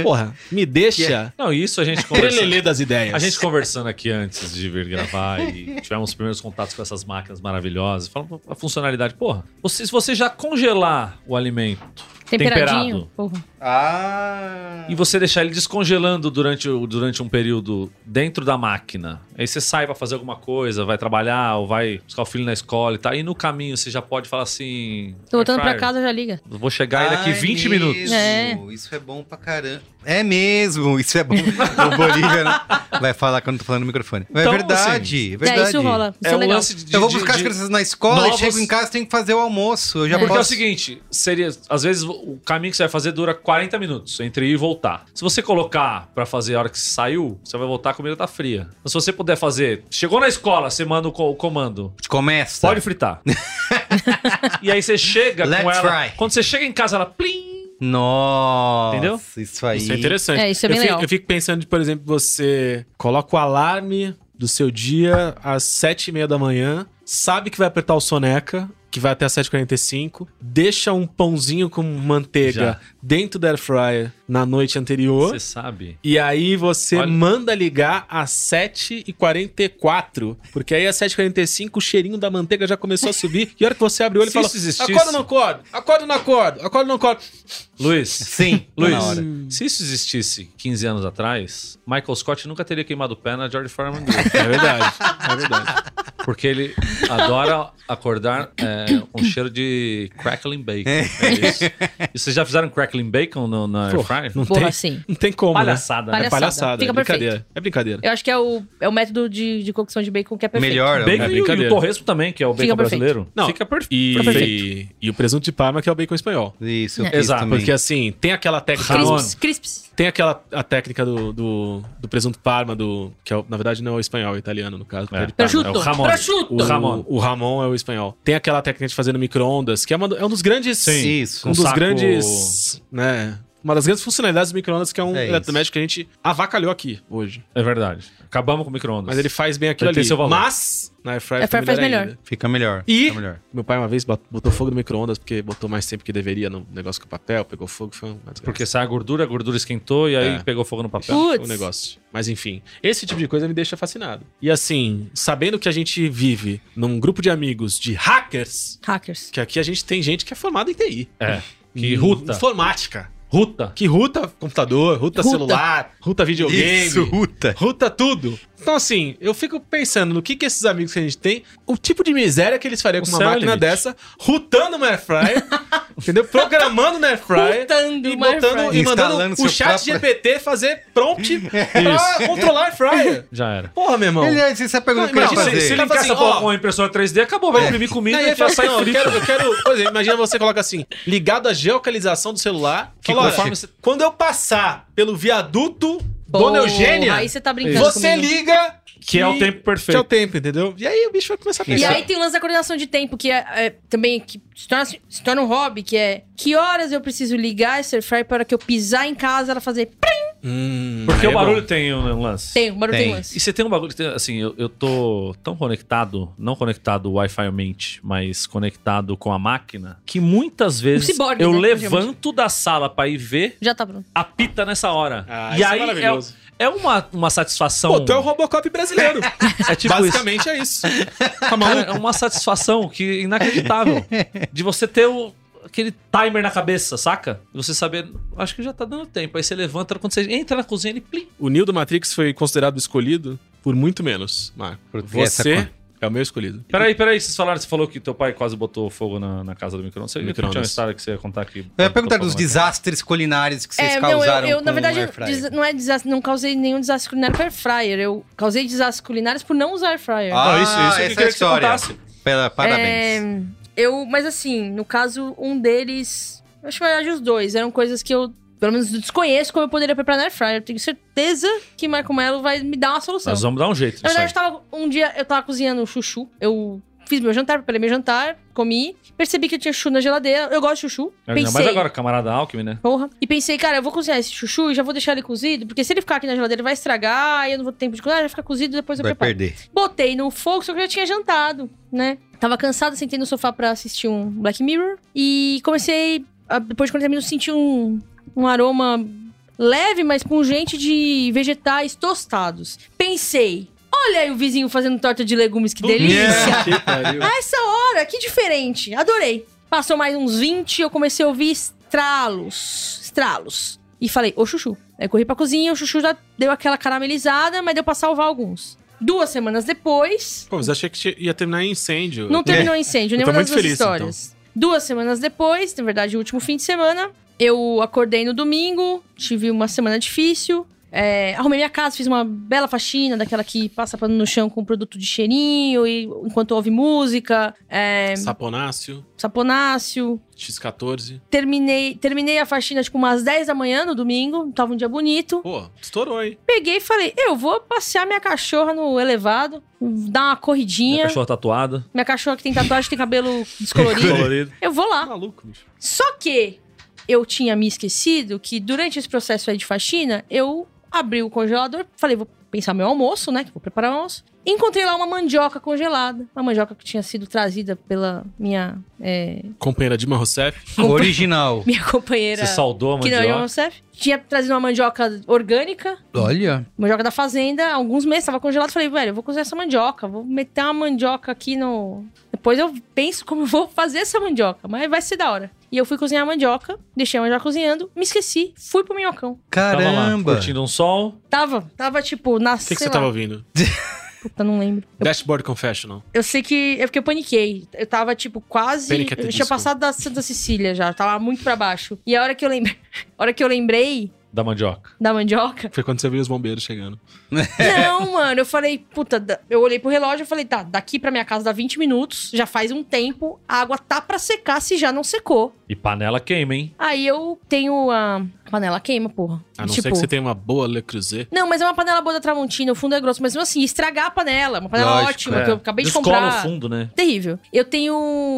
porra, me deixa
Não, isso a gente conversa.
trelelê das ideias.
A gente conversando aqui antes de vir gravar e tivemos os primeiros contatos com essas máquinas maravilhosas. Falando a funcionalidade, porra, você, se você já congelar o alimento
Temperadinho.
temperado
Porra.
Ah...
e você deixar ele descongelando durante, o- durante um período dentro da máquina, aí você sai pra fazer alguma coisa, vai trabalhar ou vai buscar o filho na escola e tal, e no caminho você já pode falar assim...
Tô voltando pra
"Air fryer,
casa, já liga.
Vou chegar aí daqui
Ah, é mesmo,
20 minutos.
É.
Isso é bom pra caramba. É mesmo, isso é bom. o Bolívia né? vai falar quando eu tô falando no microfone. Mas
Então,
é verdade, é verdade.
É, isso rola. Isso é,
um
legal.
de,
eu vou
de-
buscar as
de-
crianças na escola
novos-
e chego em casa tenho que fazer o almoço. Eu já
Porque
posso...
é o seguinte, seria, às vezes o caminho que você vai fazer dura 40 minutos entre ir e voltar. Se você colocar pra fazer a hora que você saiu, você vai voltar a comida tá fria. Mas se você puder fazer, chegou na escola, você manda o co- o comando.
Começa.
Pode fritar. e aí você chega com
Let's
ela.
fry.
Quando você chega em casa, ela plim.
Nossa,
Entendeu?
isso aí.
Isso é interessante.
É, isso é bem
eu fico,
legal.
Eu fico pensando, por exemplo, você coloca o alarme do seu dia às sete e meia da manhã, sabe que vai apertar o soneca, que vai até às 7h45, deixa um pãozinho com
Já.
manteiga dentro da air fryer na noite anterior.
Você sabe.
E aí você
Olha.
manda ligar às 7h44. Porque aí às 7h45 o cheirinho da manteiga já começou a subir. E a hora que você abre o olho e
Se
fala:
isso existisse-
Acorda ou não acordo? Acorda ou não acordo? Acorda ou não acordo?
Luiz.
Sim,
Tá
Luiz,
na hora.
se isso existisse 15 anos atrás, Michael Scott nunca teria queimado o pé na George Foreman.
É verdade, é verdade.
Porque ele adora acordar é, com cheiro de crackling bacon. É isso. E vocês já fizeram crackling bacon no, na air
Pô,
fryer?
não
Porra,
tem,
sim.
não tem como,
Palhaçada,
né?
né?
É palhaçada,
Fica
é brincadeira. É brincadeira.
Eu acho que é o, é o método de, de cocção de bacon que é perfeito.
Melhor. é
Bacon e o- e
É
o
brincadeira.
torresmo também, que é o bacon
Fica perfeito.
brasileiro.
Não,
Fica per- perfeito.
E, e o presunto de parma, que é o bacon espanhol.
Isso, eu
É.
quis
Exato,
também.
Porque assim, tem aquela técnica...
Ramon.
Crisps, crisps.
Tem aquela a técnica do, do, do presunto parma, do, que é o- na verdade não é o espanhol, é o italiano, no caso. porque é de Parma.
Prosciutto.
É o Ramon.
Prosciutto.
O Ramon. O Ramon é o espanhol. Tem aquela técnica de fazer no micro-ondas, que é, uma do- é um dos grandes.
Sim.
Isso.
Um
Com
dos
saco-
grandes. Né? Uma das grandes funcionalidades do micro-ondas, que é um
É isso.
eletrodoméstico que a gente avacalhou aqui hoje.
É verdade. Acabamos com o micro-ondas.
Mas ele faz bem aquilo
Ele tem
ali.
seu valor.
Mas, na Airfryer
Air Fryer
fica
faz melhor.
ainda.
Fica melhor.
E-
Fica melhor.
Meu pai uma vez bot- botou fogo no micro-ondas porque botou mais tempo que deveria no negócio com papel, pegou fogo, foi um uma desgraça.
Porque sai a gordura, a gordura esquentou e aí
É.
pegou fogo no papel.
Putz.
o negócio. Mas enfim, esse tipo de coisa me deixa fascinado. E assim, sabendo que a gente vive num grupo de amigos de hackers,
Hackers.
que aqui a gente tem gente que é formada em TI.
É. Que
Em
ruta.
Informática.
Ruta.
Que ruta computador, ruta,
Ruta.
celular, ruta videogame.
Isso, Ruta.
Ruta tudo. Então, assim, eu fico pensando no que, que esses amigos que a gente tem, o tipo de miséria que eles fariam
O
com uma
céu é o
máquina
limite.
dessa, rutando uma airfryer, entendeu? Programando na airfryer
Rutando
e,
uma air
botando,
fryer.
e
Instalando
mandando o
seu
chat
próprio-
GPT fazer prompt pra controlar a airfryer.
Já era.
Porra, meu irmão.
Ele é, você sabe pergunta
Não,
que eu ia
imagina,
fazer.
se
Se ele
ele fala
encaixa
assim, ó.
com a impressora 3D, acabou. Vai imprimir comida
Daí
e
ele
já
fala assim,
sai
não, eu
frita.
quero, eu quero... Por exemplo, imagina você coloca assim, ligado à geocalização do celular,
Que
fala, olha,
conforme você-
quando eu passar pelo viaduto Dona
Porra,
Eugênia,
Aí você tá brincando
você
comigo.
liga
Que é o tempo
Que é o
perfeito.
tempo, entendeu? E aí o bicho vai começar a
E
pensar.
aí tem o lance da coordenação de tempo, que é, é, também que se, torna, se torna um hobby, que é que horas eu preciso ligar esse air fryer para que eu pisar em casa ela fazer plim
Hum,
Porque
aí
o
é bom.
barulho tem um, um lance.
Tem, um barulho
Tem.
tem lance.
E você tem um bagulho que tem, assim, eu, eu tô tão conectado, não conectado Wi-Fi-mente, mas conectado com a máquina, que muitas vezes
ciborgue,
eu
né,
levanto da sala pra ir ver,
Já tá pronto.
apita nessa hora.
Ah,
e
isso é
aí
maravilhoso.
é, é uma, uma satisfação.
Pô, tu é o Robocop brasileiro.
é tipo isso.
Basicamente é isso. Tá
Cara,
maluco?
é uma satisfação que inacreditável. de você ter o, aquele timer na cabeça, saca? E você saber, acho que já tá dando tempo. Aí você levanta, quando você entra na cozinha, ele plim.
O Neo do Matrix foi considerado escolhido por muito menos, Marco.
Por ter essa
Você é o meu escolhido.
Peraí, peraí, vocês falaram, você falou que teu pai quase botou fogo na, na casa do micro-ondas. Você
Micro-ondas.
tinha uma história que você ia contar aqui.
Eu ia perguntar
Botou
dos
fogo na
desastres culinários que vocês
É, não, eu,
causaram
eu,
com
na verdade,
o
eu
air fryer.
des- não é desastre, não causei nenhum desastre culinário com air fryer. Eu causei desastres culinários por não usar air fryer.
Ah,
Não, isso- isso é o que
essa
eu
é
queria
a
que você
história.
contasse.
Pela-
É,
parabéns.
eu, mas assim, no caso, um deles. Acho que na verdade os dois. Eram coisas que eu, pelo menos, desconheço como eu poderia preparar na Air Fryer. Eu tenho certeza que Marco Melo vai me dar uma
cabeça.
solução.
Nós vamos dar um jeito
Na
nisso
verdade,
aí.
eu tava, um dia eu tava cozinhando chuchu. Eu fiz meu jantar, preparei meu jantar, comi. Percebi que eu tinha chuchu na geladeira. Eu gosto de chuchu.
Ainda
pensei.
mais agora, camarada Alckmin, né?
Porra. E pensei, cara, eu vou cozinhar esse chuchu e já vou deixar ele cozido, porque se ele ficar aqui na geladeira, ele vai estragar, aí eu não vou ter tempo de cozinhar, já fica cozido e depois eu
Vai
preparo.
perder.
Botei no fogo, só que eu já tinha jantado, né? Tava cansada, sentei no sofá pra assistir um Black Mirror. E comecei, a- depois de 40 minutos, senti um, um aroma leve, mas pungente de vegetais tostados. Pensei, olha aí o vizinho fazendo torta de legumes, que delícia!
Que pariu.
A essa hora, que diferente. Adorei. Passou mais uns 20 eu comecei a ouvir estralos. Estralos. E falei, ô Chuchu. Aí corri pra cozinha, o Chuchu já deu aquela caramelizada, mas deu pra salvar alguns. Duas semanas depois,
Pô, mas achei que tinha- ia terminar em incêndio.
não terminou o incêndio,
Eu
nenhuma
tô
das
muito
duas
feliz, então.
histórias. Duas semanas depois, na verdade, o último fim de semana, eu acordei no domingo, tive uma semana difícil. é, arrumei minha casa, fiz uma bela faxina, daquela que passa pano no chão com produto de cheirinho, e enquanto ouve música, é,
Saponácio,
saponácio.
X14.
Terminei, terminei a faxina, tipo, umas 10 da manhã no domingo, tava um dia bonito.
Pô, estourou, hein?
Peguei e falei, eu vou passear minha cachorra no elevado, dar uma
Minha
corridinha.
cachorra tatuada,
Minha cachorra que tem tatuagem, tem cabelo descolorido.
colorido.
Eu vou lá.
Tá Maluco, bicho.
Só que eu tinha me esquecido que durante esse processo aí de faxina, eu abri o congelador, falei, vou pensar meu almoço, né? Que eu vou preparar o almoço. Encontrei lá uma mandioca congelada. Uma mandioca que tinha sido trazida pela minha, é,
Companheira Dilma Rousseff.
Original.
minha companheira.
Você saudou a
que não
mandioca.
era Youssef. Tinha trazido uma mandioca orgânica,
Olha.
mandioca da fazenda, há alguns meses estava congelado. Falei, velho, eu vou cozinhar essa mandioca, vou meter uma mandioca aqui no. Depois eu penso como eu vou fazer essa mandioca, mas vai ser da hora. E eu fui cozinhar a mandioca, deixei a mandioca cozinhando, me esqueci, fui pro minhocão.
Tava lá,
Caramba.
curtindo um sol.
Tava, tava tipo, na
O que, que
sei
você
lá,
tava ouvindo?
Puta, não lembro.
Dashboard Confessional.
Eu sei que. É porque eu paniquei. Eu tava, tipo, quase.
Pânico é
eu tinha
tedisco.
passado da Santa Cecília já. Tava muito pra baixo. E a hora que eu lembrei. A hora que eu lembrei
Da mandioca.
da mandioca,
Foi quando você viu os bombeiros chegando.
Não, mano, eu falei, puta, da- eu olhei pro relógio e falei, tá, daqui pra minha casa dá 20 minutos, já faz um tempo, a água tá pra secar se já não secou.
E panela queima, hein?
Aí eu tenho a a panela queima, porra. Tipo,
A não ser que você tenha uma boa Le Creuset.
Não, mas é uma panela boa da Tramontina, o fundo é grosso, mas mesmo assim, estragar a panela, uma panela
Lógico,
ótima,
é.
que eu acabei de
Descola
comprar.
o fundo, né?
Terrível. Eu tenho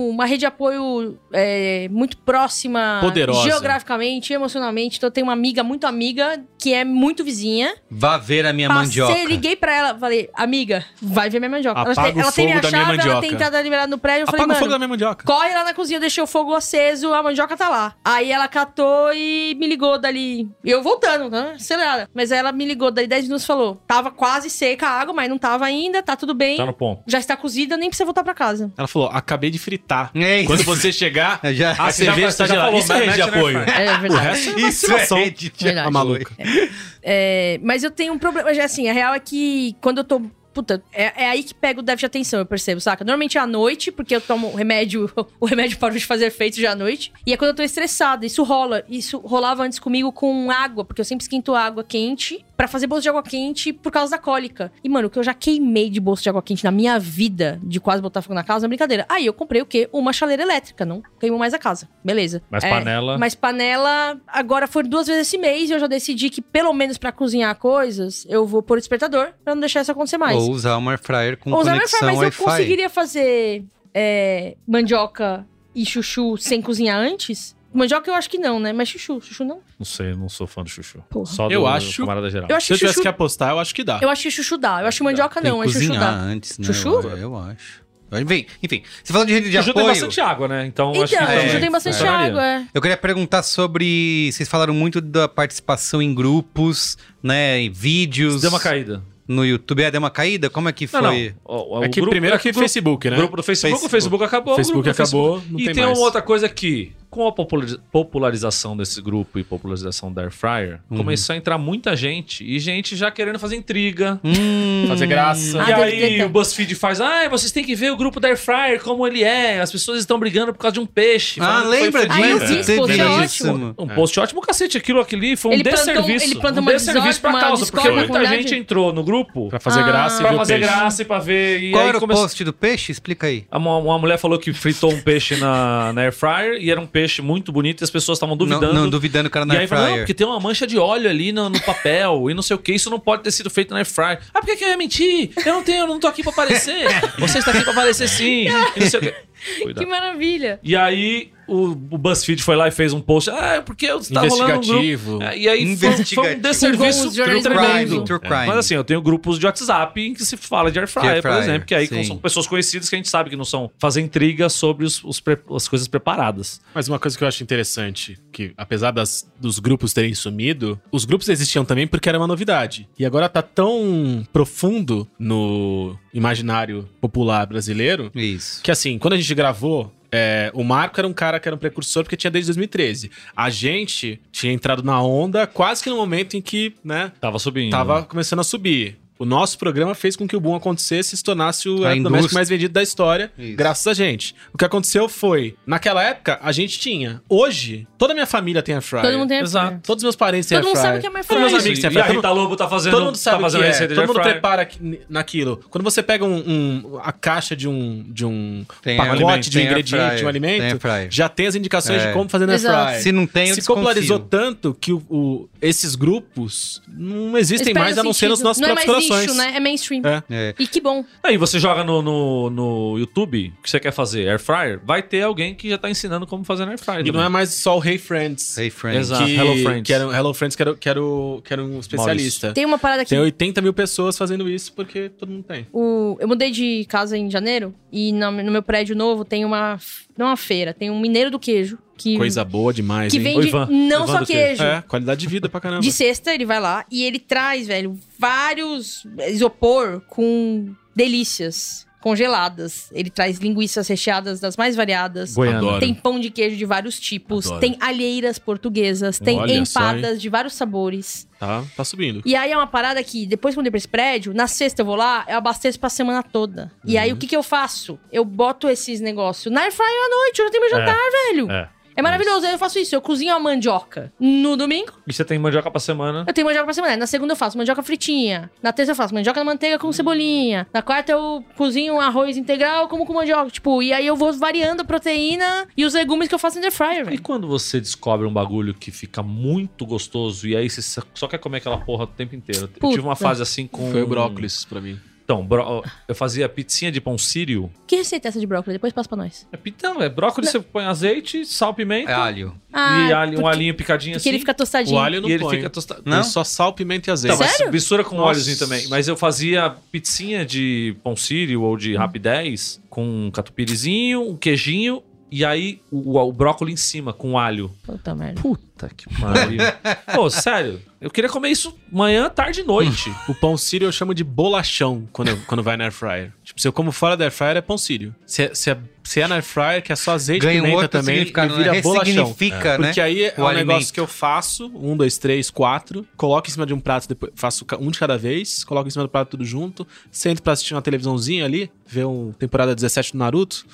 uma rede de apoio é, muito próxima,
Poderosa.
geograficamente, emocionalmente. Então eu tenho uma amiga muito amiga, que é muito vizinha.
Vá ver a
É
minha mandioca.
liguei pra ela, falei, amiga, vai ver minha mandioca. Ela
Apaga
tem,
o
ela tem
fogo
minha
da minha
chave, ela
mandioca.
tem entrada liberada no prédio. Eu
Apaga o
falei,
fogo da
mano,
minha mandioca.
corre lá na cozinha, eu deixei o fogo aceso, a mandioca tá lá. Aí ela catou e me ligou dali. Eu voltando, né? acelerada. Mas aí ela me ligou dali 10 minutos e falou, tava quase seca a água, mas não tava ainda, tá tudo bem.
Tá no ponto.
Já está cozida, nem precisa voltar pra casa.
Ela falou, acabei de fritar.
Ei.
Quando você chegar,
É Já-
a
Ah, Você já-
cerveja
você
está
já
gelada.
falou,
Isso é rede de
mete na
apoio.
airfryer.
É
O resto é
Isso é
vacinação.
rede de
Verdade.
A maluca.
É, mas eu tenho um problema. já, Assim, a real é que quando eu tô. Puta, é, é aí que pega o déficit de atenção, eu percebo, saca? Normalmente é à noite, porque eu tomo o remédio, o remédio para de fazer efeito já à noite. E é quando eu tô estressada. Isso rola. Isso rolava antes comigo com água, porque eu sempre esquento água quente pra fazer bolsa de água quente por causa da cólica. E, mano, o que eu já queimei de bolsa de água quente na minha vida, de quase botar fogo na casa, é brincadeira. Aí eu comprei o quê? Uma chaleira elétrica, não queimou mais a casa. Beleza.
Mas
É,
panela.
mas panela, agora foi duas vezes esse mês e eu já decidi que, pelo menos pra cozinhar coisas, eu vou pôr o despertador pra não deixar isso acontecer mais.
Ou usar um air fryer com
Ou usar
conexão
airfryer, mas eu
Wi-Fi.
conseguiria fazer é, mandioca e chuchu sem cozinhar antes? Mandioca eu acho que não, né? Mas chuchu, chuchu não.
Não sei, não sou fã do chuchu.
Porra.
Só do
Eu acho-
camarada geral.
Eu acho
Se eu
que
tivesse
chuchu,
que apostar, eu acho que dá.
eu acho que chuchu dá. Eu acho mandioca
Tem
não,
que
mas chuchu
cozinhar
dá.
antes, né?
Chuchu?
Eu, eu acho. Enfim, enfim, você falou de rede de
Chuchu tem
apoio.
bastante água, né? Então,
Então,
acho que
é,
chuchu tem
também
bastante
funcionaria.
água, é.
Eu queria perguntar sobre. Vocês falaram muito da participação em grupos, né? Em vídeos.
Deu uma caída.
No YouTube. É, deu uma caída? Como é que foi?
Não, não. O, o
É que
grupo-
primeiro
é
que
o grupo,
Facebook, né?
grupo do Facebook,
Facebook.
o Facebook acabou. o
Facebook
grupo do
acabou, não
e
tem
tem
mais.
uma outra coisa que, com a populariza- popularização desse grupo e popularização da Air Fryer, começou a entrar muita gente e gente já querendo fazer intriga.
Hum,
Fazer graça.
Ah,
e
deve
aí
ter,
o BuzzFeed faz, ah, vocês têm que ver o grupo da Air Fryer, como ele é. As pessoas estão brigando por causa de um peixe.
ah,
Falando que foi
lembra
fedido.
Ah, eu
disso?
vi esse post, é ótimo.
mano.
Um post ótimo, cacete. Aquilo aqui foi um
Ele plantou-
desserviço.
ele plantou
um
uma
desserviço
discórdia,
pra
uma
causa, porque
discórdia na
muita
comunidade.
gente entrou no grupo
Pra fazer
Ah.
graça e
pra
ver o
fazer
peixe.
graça e pra ver. E
Qual
aí
era o
começou...
post do peixe? Explica aí.
Uma, uma mulher falou que fritou um peixe na, na air fryer e era um peixe muito bonito e as pessoas estavam duvidando.
Não, não duvidando que era na
e aí
air
falou, não,
fryer.
porque tem uma mancha de óleo ali no, no papel e não sei o que, isso não pode ter sido feito na air fryer. Ah, por que que eu ia mentir? Eu não tenho, eu não tô aqui pra aparecer. Você está aqui pra aparecer sim. E não sei o quê. Cuidado.
Que maravilha.
E aí o, o BuzzFeed foi lá e fez um post. Ah, é porque eu tava rolando um
Investigativo.
grupo. É, E aí foi, foi um
Investigativo.
desserviço
Com os jornalistas
tremendo.
True crime.
Mas assim, eu tenho grupos de WhatsApp em que se fala de air fryer,
air fryer,
por exemplo, que aí
sim.
são pessoas conhecidas que a gente sabe que não são fazer intriga sobre os, os pre- as coisas preparadas.
Mas uma coisa que eu acho interessante, que apesar das, dos grupos terem sumido, os grupos existiam também porque era uma novidade. E agora tá tão profundo no imaginário popular brasileiro
Isso.
que assim, quando a gente gravou, é, o Marco era um cara que era um precursor porque tinha desde 2013. A gente tinha entrado na onda quase que no momento em que, né,
Tava subindo.
tava começando a subir. O nosso programa fez com que o boom acontecesse e se tornasse o
A
doméstico
indústria.
mais vendido da história,
Isso.
graças a gente. O que aconteceu foi, naquela época, a gente tinha. Hoje, toda a minha família tem air fryer.
Todo mundo tem
Exato.
Todos os meus parentes têm
Todo
air
mundo
fryer.
sabe o que é air
Todos
Todos
meus
fryer.
amigos têm air
e a
fryer. Todo
Rita Lobo tá fazendo,
todo mundo sabe
tá
o
fazendo
que é.
receita de
Todo
air
mundo
fryer.
prepara aqui- naquilo. Quando você pega um, um- a caixa de um, de um
Tem
pacote
alimento,
de um
tem air
ingrediente, de um
fryer, tem air
alimento,
fryer.
já tem as indicações
É.
de como fazer na air
Exato.
fryer.
Se não tem, eu
Se popularizou
desconfio.
tanto que o- o- esses grupos não
Eles
existem
perdem
mais,
o
a não ser
sentido.
nos nossos
Não é mais
próprios corações.
nicho, né? É mainstream.
É.
É.
E que bom.
Aí você joga no, no, no YouTube o que você quer fazer, air fryer, vai ter alguém que já tá ensinando como fazer na air fryer.
E não
também.
é mais só o Hey Friends.
Hey, Frank.
Exato.
Que,
Hello Friends.
Que era, Hello Friends, que era, que era, o- que era um especialista. Tem,
Tem uma parada aqui.
80 mil pessoas fazendo isso porque todo mundo tem.
O- eu mudei de casa em janeiro e na- no, meu prédio novo tem uma. Não uma feira, tem um mineiro do queijo. Que,
Coisa boa demais,
que
hein?
Ô,
vende
Ivan,
não
Ivan
só
do queijo.
queijo.
É, qualidade de vida pra caramba.
De sexta ele vai lá e ele traz, velho, vários isopor com delícias congeladas. Ele traz linguiças recheadas das mais variadas.
Goiânia.
Adoro.
Tem pão de queijo de vários tipos,
Adoro.
tem alheiras portuguesas, tem
Olha só,
empadas de vários sabores.
Tá, tá subindo.
E aí é uma parada que, depois que eu mudei pra esse prédio, na sexta eu vou lá, eu abasteço pra semana toda. E
Uhum.
aí o que que eu faço? Eu boto esses negócios na airfryer à noite, eu já tenho meu jantar, velho.
É.
É maravilhoso, aí eu faço isso, eu cozinho a mandioca no domingo,
E você tem mandioca pra semana.
eu tenho mandioca pra semana. Na segunda eu faço mandioca fritinha. Na terça eu faço mandioca na manteiga com cebolinha. Na quarta eu cozinho um arroz integral como com mandioca. Tipo, e aí eu vou variando a proteína e os legumes que eu faço no air fryer,
E
velho.
quando você descobre um bagulho que fica muito gostoso e aí você só quer comer aquela porra o tempo inteiro? Eu tive uma
Puta.
fase assim com.
Foi o brócolis pra mim.
Então, bró- eu fazia pizzinha de pão sírio.
Que receita é essa de brócolis? Depois passa pra nós.
É pitão, é brócolis, você põe azeite, sal, pimenta
É
Então,
alho.
e alho- um
Ah, porque-
alinho picadinho
Porque
assim.
ele fica tostadinho.
O alho eu não Então,
e ele
põe.
fica tostado.
Tem
Não?
só sal, pimenta e azeite.
Não, mas
Sério?
mistura com
Nossa.
óleozinho também. Mas eu fazia pizzinha de pão sírio ou de rapidez com um catupirizinho, um queijinho e aí o, o brócolis em cima com alho.
Puta merda.
Puta que pariu. Pô, sério, eu queria comer isso manhã, tarde e noite.
O pão sírio eu chamo de bolachão quando, eu- quando vai na air fryer. Tipo, se eu como fora da air fryer, é pão sírio. Se, se, é, se é na air fryer, que é só azeite e
Ganha um
pimenta
outro
também, e
significado, né?
vira bolachão.
Ressignifica, né?
Porque aí é
o
um
alimento.
negócio que eu faço, um, dois, três, quatro, coloco em cima de um prato, depois faço ca- um de cada vez, coloco em cima do prato tudo junto, sento pra assistir uma televisãozinha ali, ver um temporada 17 do Naruto.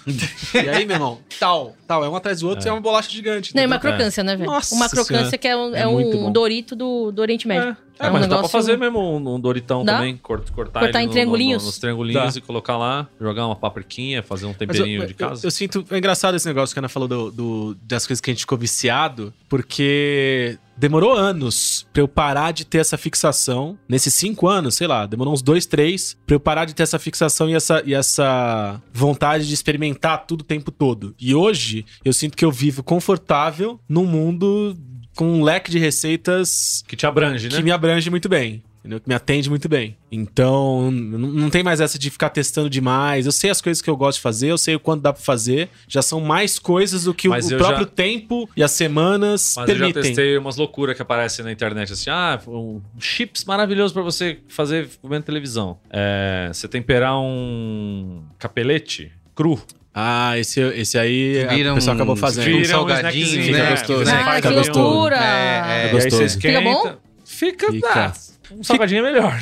e aí, meu irmão, tal, tal, é um atrás do outro e é uma bolacha gigante.
Não, é
entendeu?
uma crocância, né, velho?
Nossa
Uma crocância
Senhora.
que é um, é
É muito
um
bom.
Dorito do, do Oriente Médio.
É, mas dá pra
um negócio-
fazer mesmo um, um Doritão
Dá?
também, cort- cortar,
Cortar
ele
em
no-
triangulinhos?
no- nos triangulinhos
Dá.
e colocar lá, jogar uma papriquinha, fazer um
Mas eu,
temperinho de
eu-
casa.
eu sinto. É engraçado esse negócio que a Ana falou do, do- das coisas que a gente ficou viciado, porque Demorou anos pra eu parar de ter essa fixação. Nesses cinco anos, sei lá, demorou uns dois, três, pra eu parar de ter essa fixação e essa, e essa vontade de experimentar tudo o tempo todo. E hoje, eu sinto que eu vivo confortável num mundo com um leque de receitas
Que te abrange, né?
que me abrange muito bem. Entendeu? Que me atende muito bem. Então, n- não tem mais essa de ficar testando demais. Eu sei as coisas que eu gosto de fazer, eu sei o quanto dá pra fazer. Já são mais coisas do que o,
Mas
o
eu
próprio
já-
tempo e as semanas
Mas eu já
permitem.
testei umas loucuras que aparecem na internet, assim, ah, um chips maravilhoso pra você fazer comendo televisão. É, você temperar um capelete cru.
Ah, esse, esse aí
Vira
a pessoa
um-
acabou fazendo.
vira- uns
Fica,
salgadinhos,
snackzinho,
né?
é,
Gostoso.
snack,
Ah, que
cada um.
gostoso.
loucura!
É,
E aí você
Gostoso.
esquenta.
Fica bom?
Fica,
Fica.
ah, um salgadinho é melhor.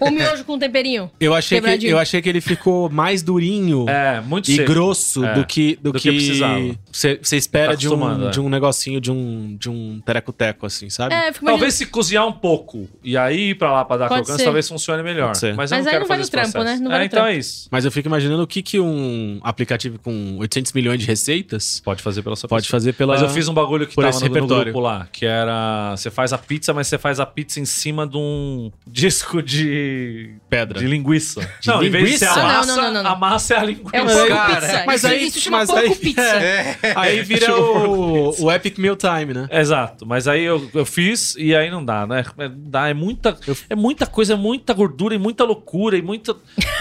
O miojo com temperinho.
Eu, achei que,
Quebradinho.
eu achei que ele ficou mais durinho.
É, muito
E
seco.
grosso
É,
do que do,
do que
que
precisava.
você espera
Tá
de, um,
acostumando, é.
de um negocinho de um de um tereco-teco assim, sabe?
É, eu fico
Talvez se cozinhar um pouco e aí ir pra lá pra dar
Pode
crocância,
ser.
talvez funcione melhor.
Pode ser.
Mas eu
Mas
não
aí
quero
não
fazer
vale o
esse
trampo,
processo.
né? Não
É,
vale o
então
trampo.
é isso.
Mas eu fico imaginando o que, que um aplicativo com 800 milhões de receitas
Pode fazer pela sua
pode
pessoa.
fazer pela.
Mas eu fiz um bagulho que
por
tava
esse
no, no
repertório.
grupo lá, que era... Você faz a pizza, mas você faz a pizza em cima de um disco de...
pedra.
De linguiça.
De
não, em vez de ser a
linguiça?
Ah, não,
massa,
não, não, não, não.
a massa é a linguiça.
É um
Mas
pouco
aí-
pizza.
mas
isso,
aí-
isso chama
mas
pouco
aí-
É.
pizza.
É. Aí vira o, o Epic Meal Time, né?
Exato, mas aí eu, eu fiz e aí não dá, né? É- Dá, é muita, é muita coisa, é muita gordura e muita loucura e muita.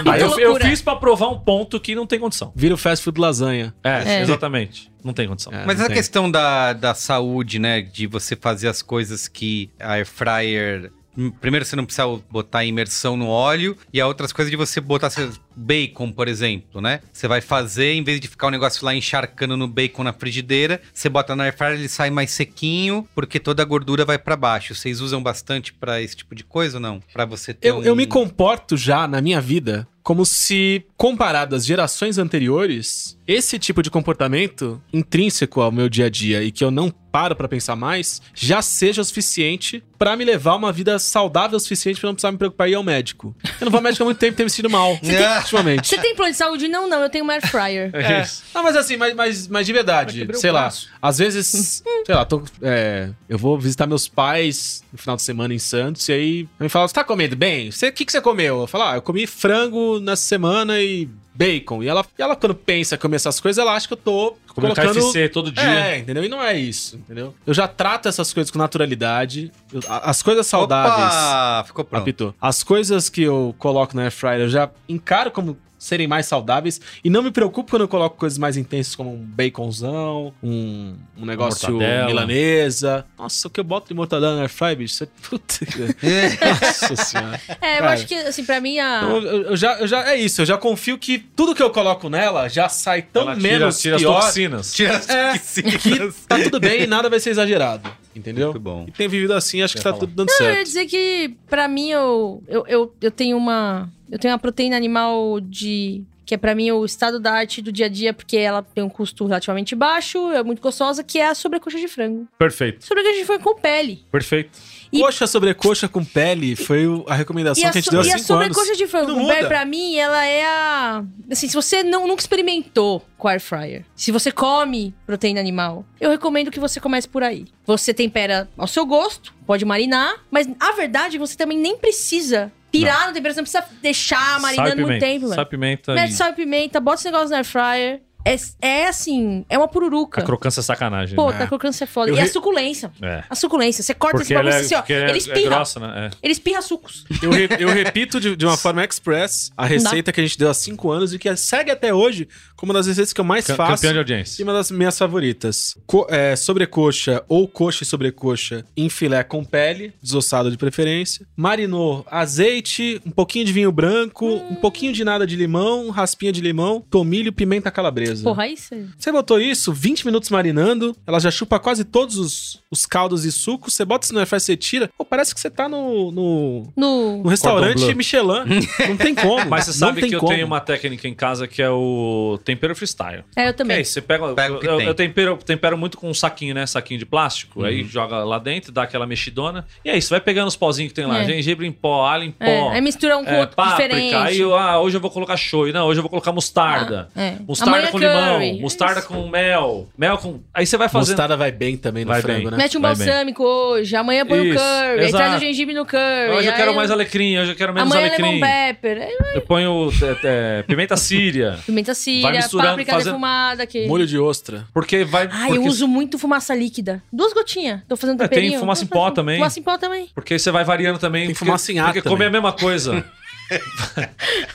aí eu, eu
loucura.
fiz pra provar um ponto que não tem condição.
Vira o fast food lasanha.
É,
É.
exatamente. Não tem condição.
É,
Mas
não
a
tem.
questão da, da saúde, né? De você fazer as coisas que a air fryer. hum, Primeiro, você não precisa botar imersão no óleo. E a outras coisas de você botar sei lá, bacon, por exemplo, né? Você vai fazer, em vez de ficar o negócio lá encharcando no bacon na frigideira, você bota na air fryer, ele sai mais sequinho, porque toda a gordura vai pra baixo. Vocês usam bastante pra esse tipo de coisa ou não? Pra você ter
Eu,
um...
eu me comporto já na minha vida como se, comparado às gerações anteriores, esse tipo de comportamento intrínseco ao meu dia a dia e que eu não paro pra pensar mais, já seja o suficiente pra me levar uma vida saudável o suficiente pra não precisar me preocupar em ir ao médico. Eu não vou ao médico há muito tempo, tem me sentido mal
É.
ultimamente.
Você tem plano de saúde? Não, não. Eu tenho uma air fryer.
É. Ah, mas assim, mas, mas, mas de verdade, sei lá, às vezes, sei lá, tô, é, eu vou visitar meus pais no final de semana em Santos e aí me falam, você tá comendo bem? Você- O que, que você comeu? Eu falo, ah, eu comi frango nessa semana e bacon. E ela, e ela quando pensa comer essas coisas, ela acha que eu tô
Comer um
colocando...
KFC todo dia.
É, entendeu? E não é isso, entendeu? Eu já trato essas coisas com naturalidade. Eu- a- as coisas saudáveis...
Opa! Ficou
Ah.
pronto.
Apitou. As coisas que eu coloco na air fryer eu já encaro como serem mais saudáveis e não me preocupo quando eu coloco coisas mais intensas como um baconzão, um, um negócio
mortadela.
milanesa. Nossa, o que eu boto de mortadela na air fryer, bicho? Você... Puta que... Nossa senhora.
É, eu
Cara.
acho que, assim, pra mim, a...
Então, eu, eu já, eu já, é isso, eu já confio que tudo que eu coloco nela já sai tão
Ela tira,
menos
então tira as
pior
toxinas.
Tira as
É,
toxinas.
que tá tudo bem e nada vai ser exagerado,
Muito
entendeu?
bom.
E tem vivido assim, acho que
Quer
tá
falar?
tudo dando
Eu ia
certo.
dizer que, pra mim, eu, eu, eu, eu tenho uma. Eu tenho uma proteína animal de. Que é pra mim o estado da arte do dia a dia, porque ela tem um custo relativamente baixo, é muito gostosa, que é a sobrecoxa de frango.
Perfeito,
Sobrecoxa de frango com pele.
perfeito.
E-
Coxa sobre coxa com pele foi o- a
Tá
recomendação
E a,
que a gente
so-
deu há
e a
5 anos.
sobrecoxa de frango
Não
com pele,
muda.
pra mim, ela é a. Assim, se você não, nunca experimentou com air fryer, se você come proteína animal, eu recomendo que você comece por aí. Você tempera ao seu gosto, pode marinar, mas a verdade é que você também nem precisa pirar na temperatura, você não precisa deixar
Sal e
marinando muito
pimenta,
tempo,
Sal e
mano.
pimenta
Mete
e-
sal e pimenta, bota esse negócio no air fryer. É, é assim, é uma pururuca.
A crocância é sacanagem.
Pô,
né?
tá crocância é foda.
Eu
e a
re-
suculência.
É.
A suculência. Você corta
Porque
esse
ela
bagulho
é,
assim, ó.
porque é,
Ele
é
espirra.
grossa, né? É.
Ele espirra sucos.
Eu, re- eu repito de, de uma forma express a receita que a gente deu há 5 anos e que segue até hoje como uma das receitas que eu mais
Cam-
faço
Campeão de
e
audiência.
uma das minhas favoritas. Co é, sobrecoxa ou coxa e sobrecoxa em filé com pele, desossado de preferência. Marinou azeite, um pouquinho de vinho branco, um pouquinho de nada de limão, um raspinha de limão, tomilho, pimenta calabresa.
Porra, aí você.
Você botou isso, 20 minutos marinando, ela já chupa quase todos os, os caldos e sucos, você bota isso no air fryer, você tira. Pô, parece que você tá no, no,
No.
no restaurante
Cordon bleu.
Michelin. Não tem como.
Mas você
não
sabe
tem
que eu
como.
tenho uma técnica em casa que é o tempero freestyle.
É, eu
Que É
também.
isso, você pega.
Pega o que
eu,
tem.
eu tempero, tempero muito com um saquinho, né? Saquinho de plástico. Aí joga lá dentro, dá aquela mexidona. E é isso, vai pegando os pozinhos que tem lá.
É.
Gengibre em pó, alho em pó.
É, aí mistura um com
é,
outro
páprica.
diferente.
Aí eu, ah, hoje eu vou colocar shoyu. Não, hoje eu vou colocar mostarda.
Ah, é.
Mostarda
Amanhã
com com
curry. é
limão, mostarda com mel, mel com. Aí você vai fazendo.
Mostarda vai bem também no
Vai
frango,
bem.
né?
Mete um
Vai bem.
balsâmico hoje, amanhã põe o
Isso,
curry, aí traz
exato.
o gengibre no curry.
Hoje eu
aí
quero mais alecrim, hoje eu quero menos
Amanhã é lemon
alecrim.
pepper, aí
Eu ponho é, é, pimenta síria.
pimenta síria,
misturando,
páprica
fazendo-
defumada. Que...
Molho de ostra.
Porque vai.
Ah,
porque,
eu uso muito fumaça líquida. Duas gotinhas. Tô fazendo
É, tem
temperinho.
fumaça em
Tô fazendo-
pó também.
Fumaça em pó também.
porque você vai variando também.
Tem que
porque,
fumar sem ar
Porque
também.
comer é a mesma coisa.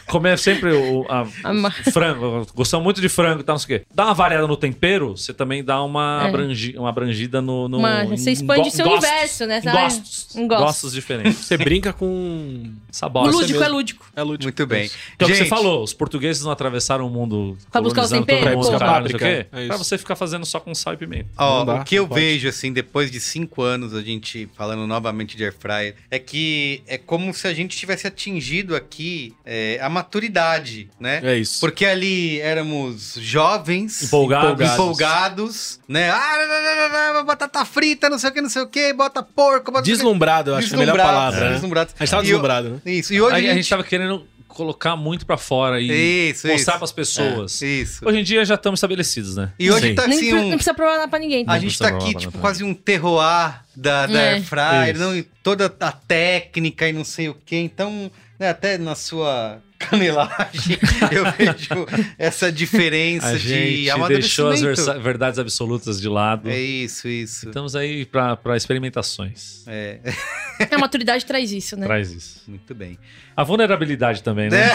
comer é sempre o a-
A ma-
frango. Gostamos muito de frango e tal, não sei o quê. Dá uma variada no tempero, você também dá uma,
É.
abrangi- uma abrangida no. no
Uma-
em
você expande
go-
seu
gostos,
universo, né?
em
Sabe?
Gostos.
Em gostos.
Gostos diferentes.
Você brinca com.
Sabor.
O
você
lúdico é
mesmo.
lúdico.
É lúdico.
Muito bem.
Então,
Gente,
o que você falou, os portugueses não atravessaram o mundo
Pra buscar os
colonizando todo
temperos,
mundo,
pô.
caralho, não sei o
Páprica,
quê,
é isso.
pra você ficar fazendo só com sal e pimenta.
Ó,
Não dá,
o que eu
não pode.
vejo, assim, depois de cinco anos, a gente falando novamente de Airfryer, é que é como se a gente tivesse atingido aqui é, a maturidade, né?
É isso.
Porque ali éramos jovens,
Empolgados.
empolgados, né? Ah, lá, lá, lá, lá, batata frita, não sei o que, não sei o que, bota porco, bota...
Deslumbrado, eu acho que é a melhor
Deslumbrados,
palavra. né?
deslumbrados.
A gente tava
E o-
deslumbrado, né?
Isso, e hoje
a, gente... a gente tava querendo colocar muito pra fora e
Isso,
mostrar
isso,
pras
É,
pessoas.
isso.
Hoje em dia já estamos estabelecidos, né?
E hoje
Sim.
tá
Nem
assim
pre-
um...
Não precisa provar nada pra ninguém.
A
Não
gente
precisa
tá
provar
aqui,
nada
tipo,
pra
quase um terroir da, da
É.
Airfryer,
Isso.
não, e toda a técnica e não sei o quê. Então, né, até na sua canelagem, eu vejo essa diferença
A
de
gente deixou as
amadurecimento.
versa- verdades absolutas de lado.
É isso, isso. É,
Estamos aí pra, pra experimentações.
É, A maturidade traz isso, né?
Traz isso.
Muito bem.
A vulnerabilidade também, né?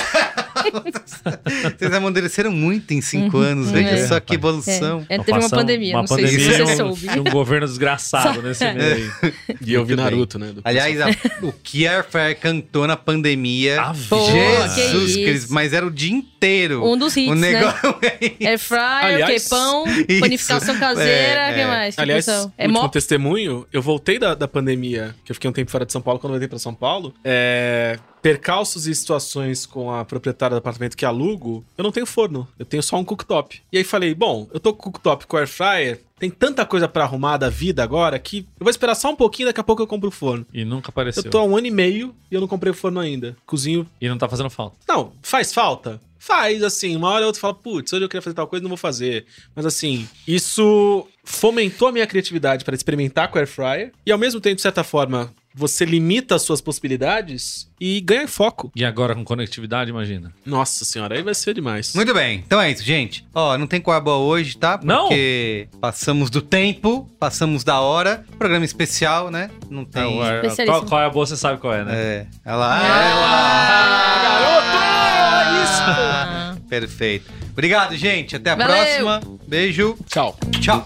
Vocês amadureceram muito em cinco anos, veja
É,
só que
rapaz.
evolução.
É,
Nós
teve uma
passamos
pandemia,
uma
não
pandemia
sei se
e
você
um-
soube. É.
e um governo desgraçado nesse meio aí.
E eu vi
Muito bem.
Naruto, né? do-
Aliás, a- o que a Airfryer cantou na pandemia...
Ave
Pô,
Maria.
que
Jesus
isso.
Cristo, mas era o dia inteiro.
Um dos hits,
o
né?
negócio é
Air fryer,
Aliás,
que pão,
isso.
panificação caseira,
É,
o que
é.
mais? Que
Aliás,
função? é
último
mó...
testemunho, eu voltei da, da pandemia, que eu fiquei um tempo fora de São Paulo, quando eu voltei pra São Paulo, é, percalços e situações com a proprietária do apartamento que alugo, eu não tenho forno, eu tenho só um cooktop. E aí falei, bom, eu tô com o cooktop com air fryer, tem tanta coisa pra arrumar da vida agora que eu vou esperar só um pouquinho, daqui a pouco eu compro o forno.
E nunca apareceu.
Eu tô há um ano e meio e eu não comprei o forno ainda. Cozinho
E não tá fazendo falta.
não, faz falta? Faz, assim. Uma hora ou outra fala, putz, hoje eu queria fazer tal coisa, não vou fazer. Mas, assim, isso fomentou a minha criatividade para experimentar com o air fryer. E, ao mesmo tempo, de certa forma, você limita as suas possibilidades e ganha foco.
E agora com conectividade, imagina.
Nossa senhora, aí vai ser demais.
Muito bem, então é isso, gente. Ó, não tem coaba hoje, tá?
Não?
Porque passamos do tempo, passamos da hora. Programa especial, né? Não tem.
É, o-
Especialista.
qual, qual é a boa, você sabe qual é, né?
É. Olha lá. Ah.
Ah.
Garoto! Perfeito. Obrigado, gente. Até a
Valeu.
próxima. Beijo.
Tchau.
Tchau.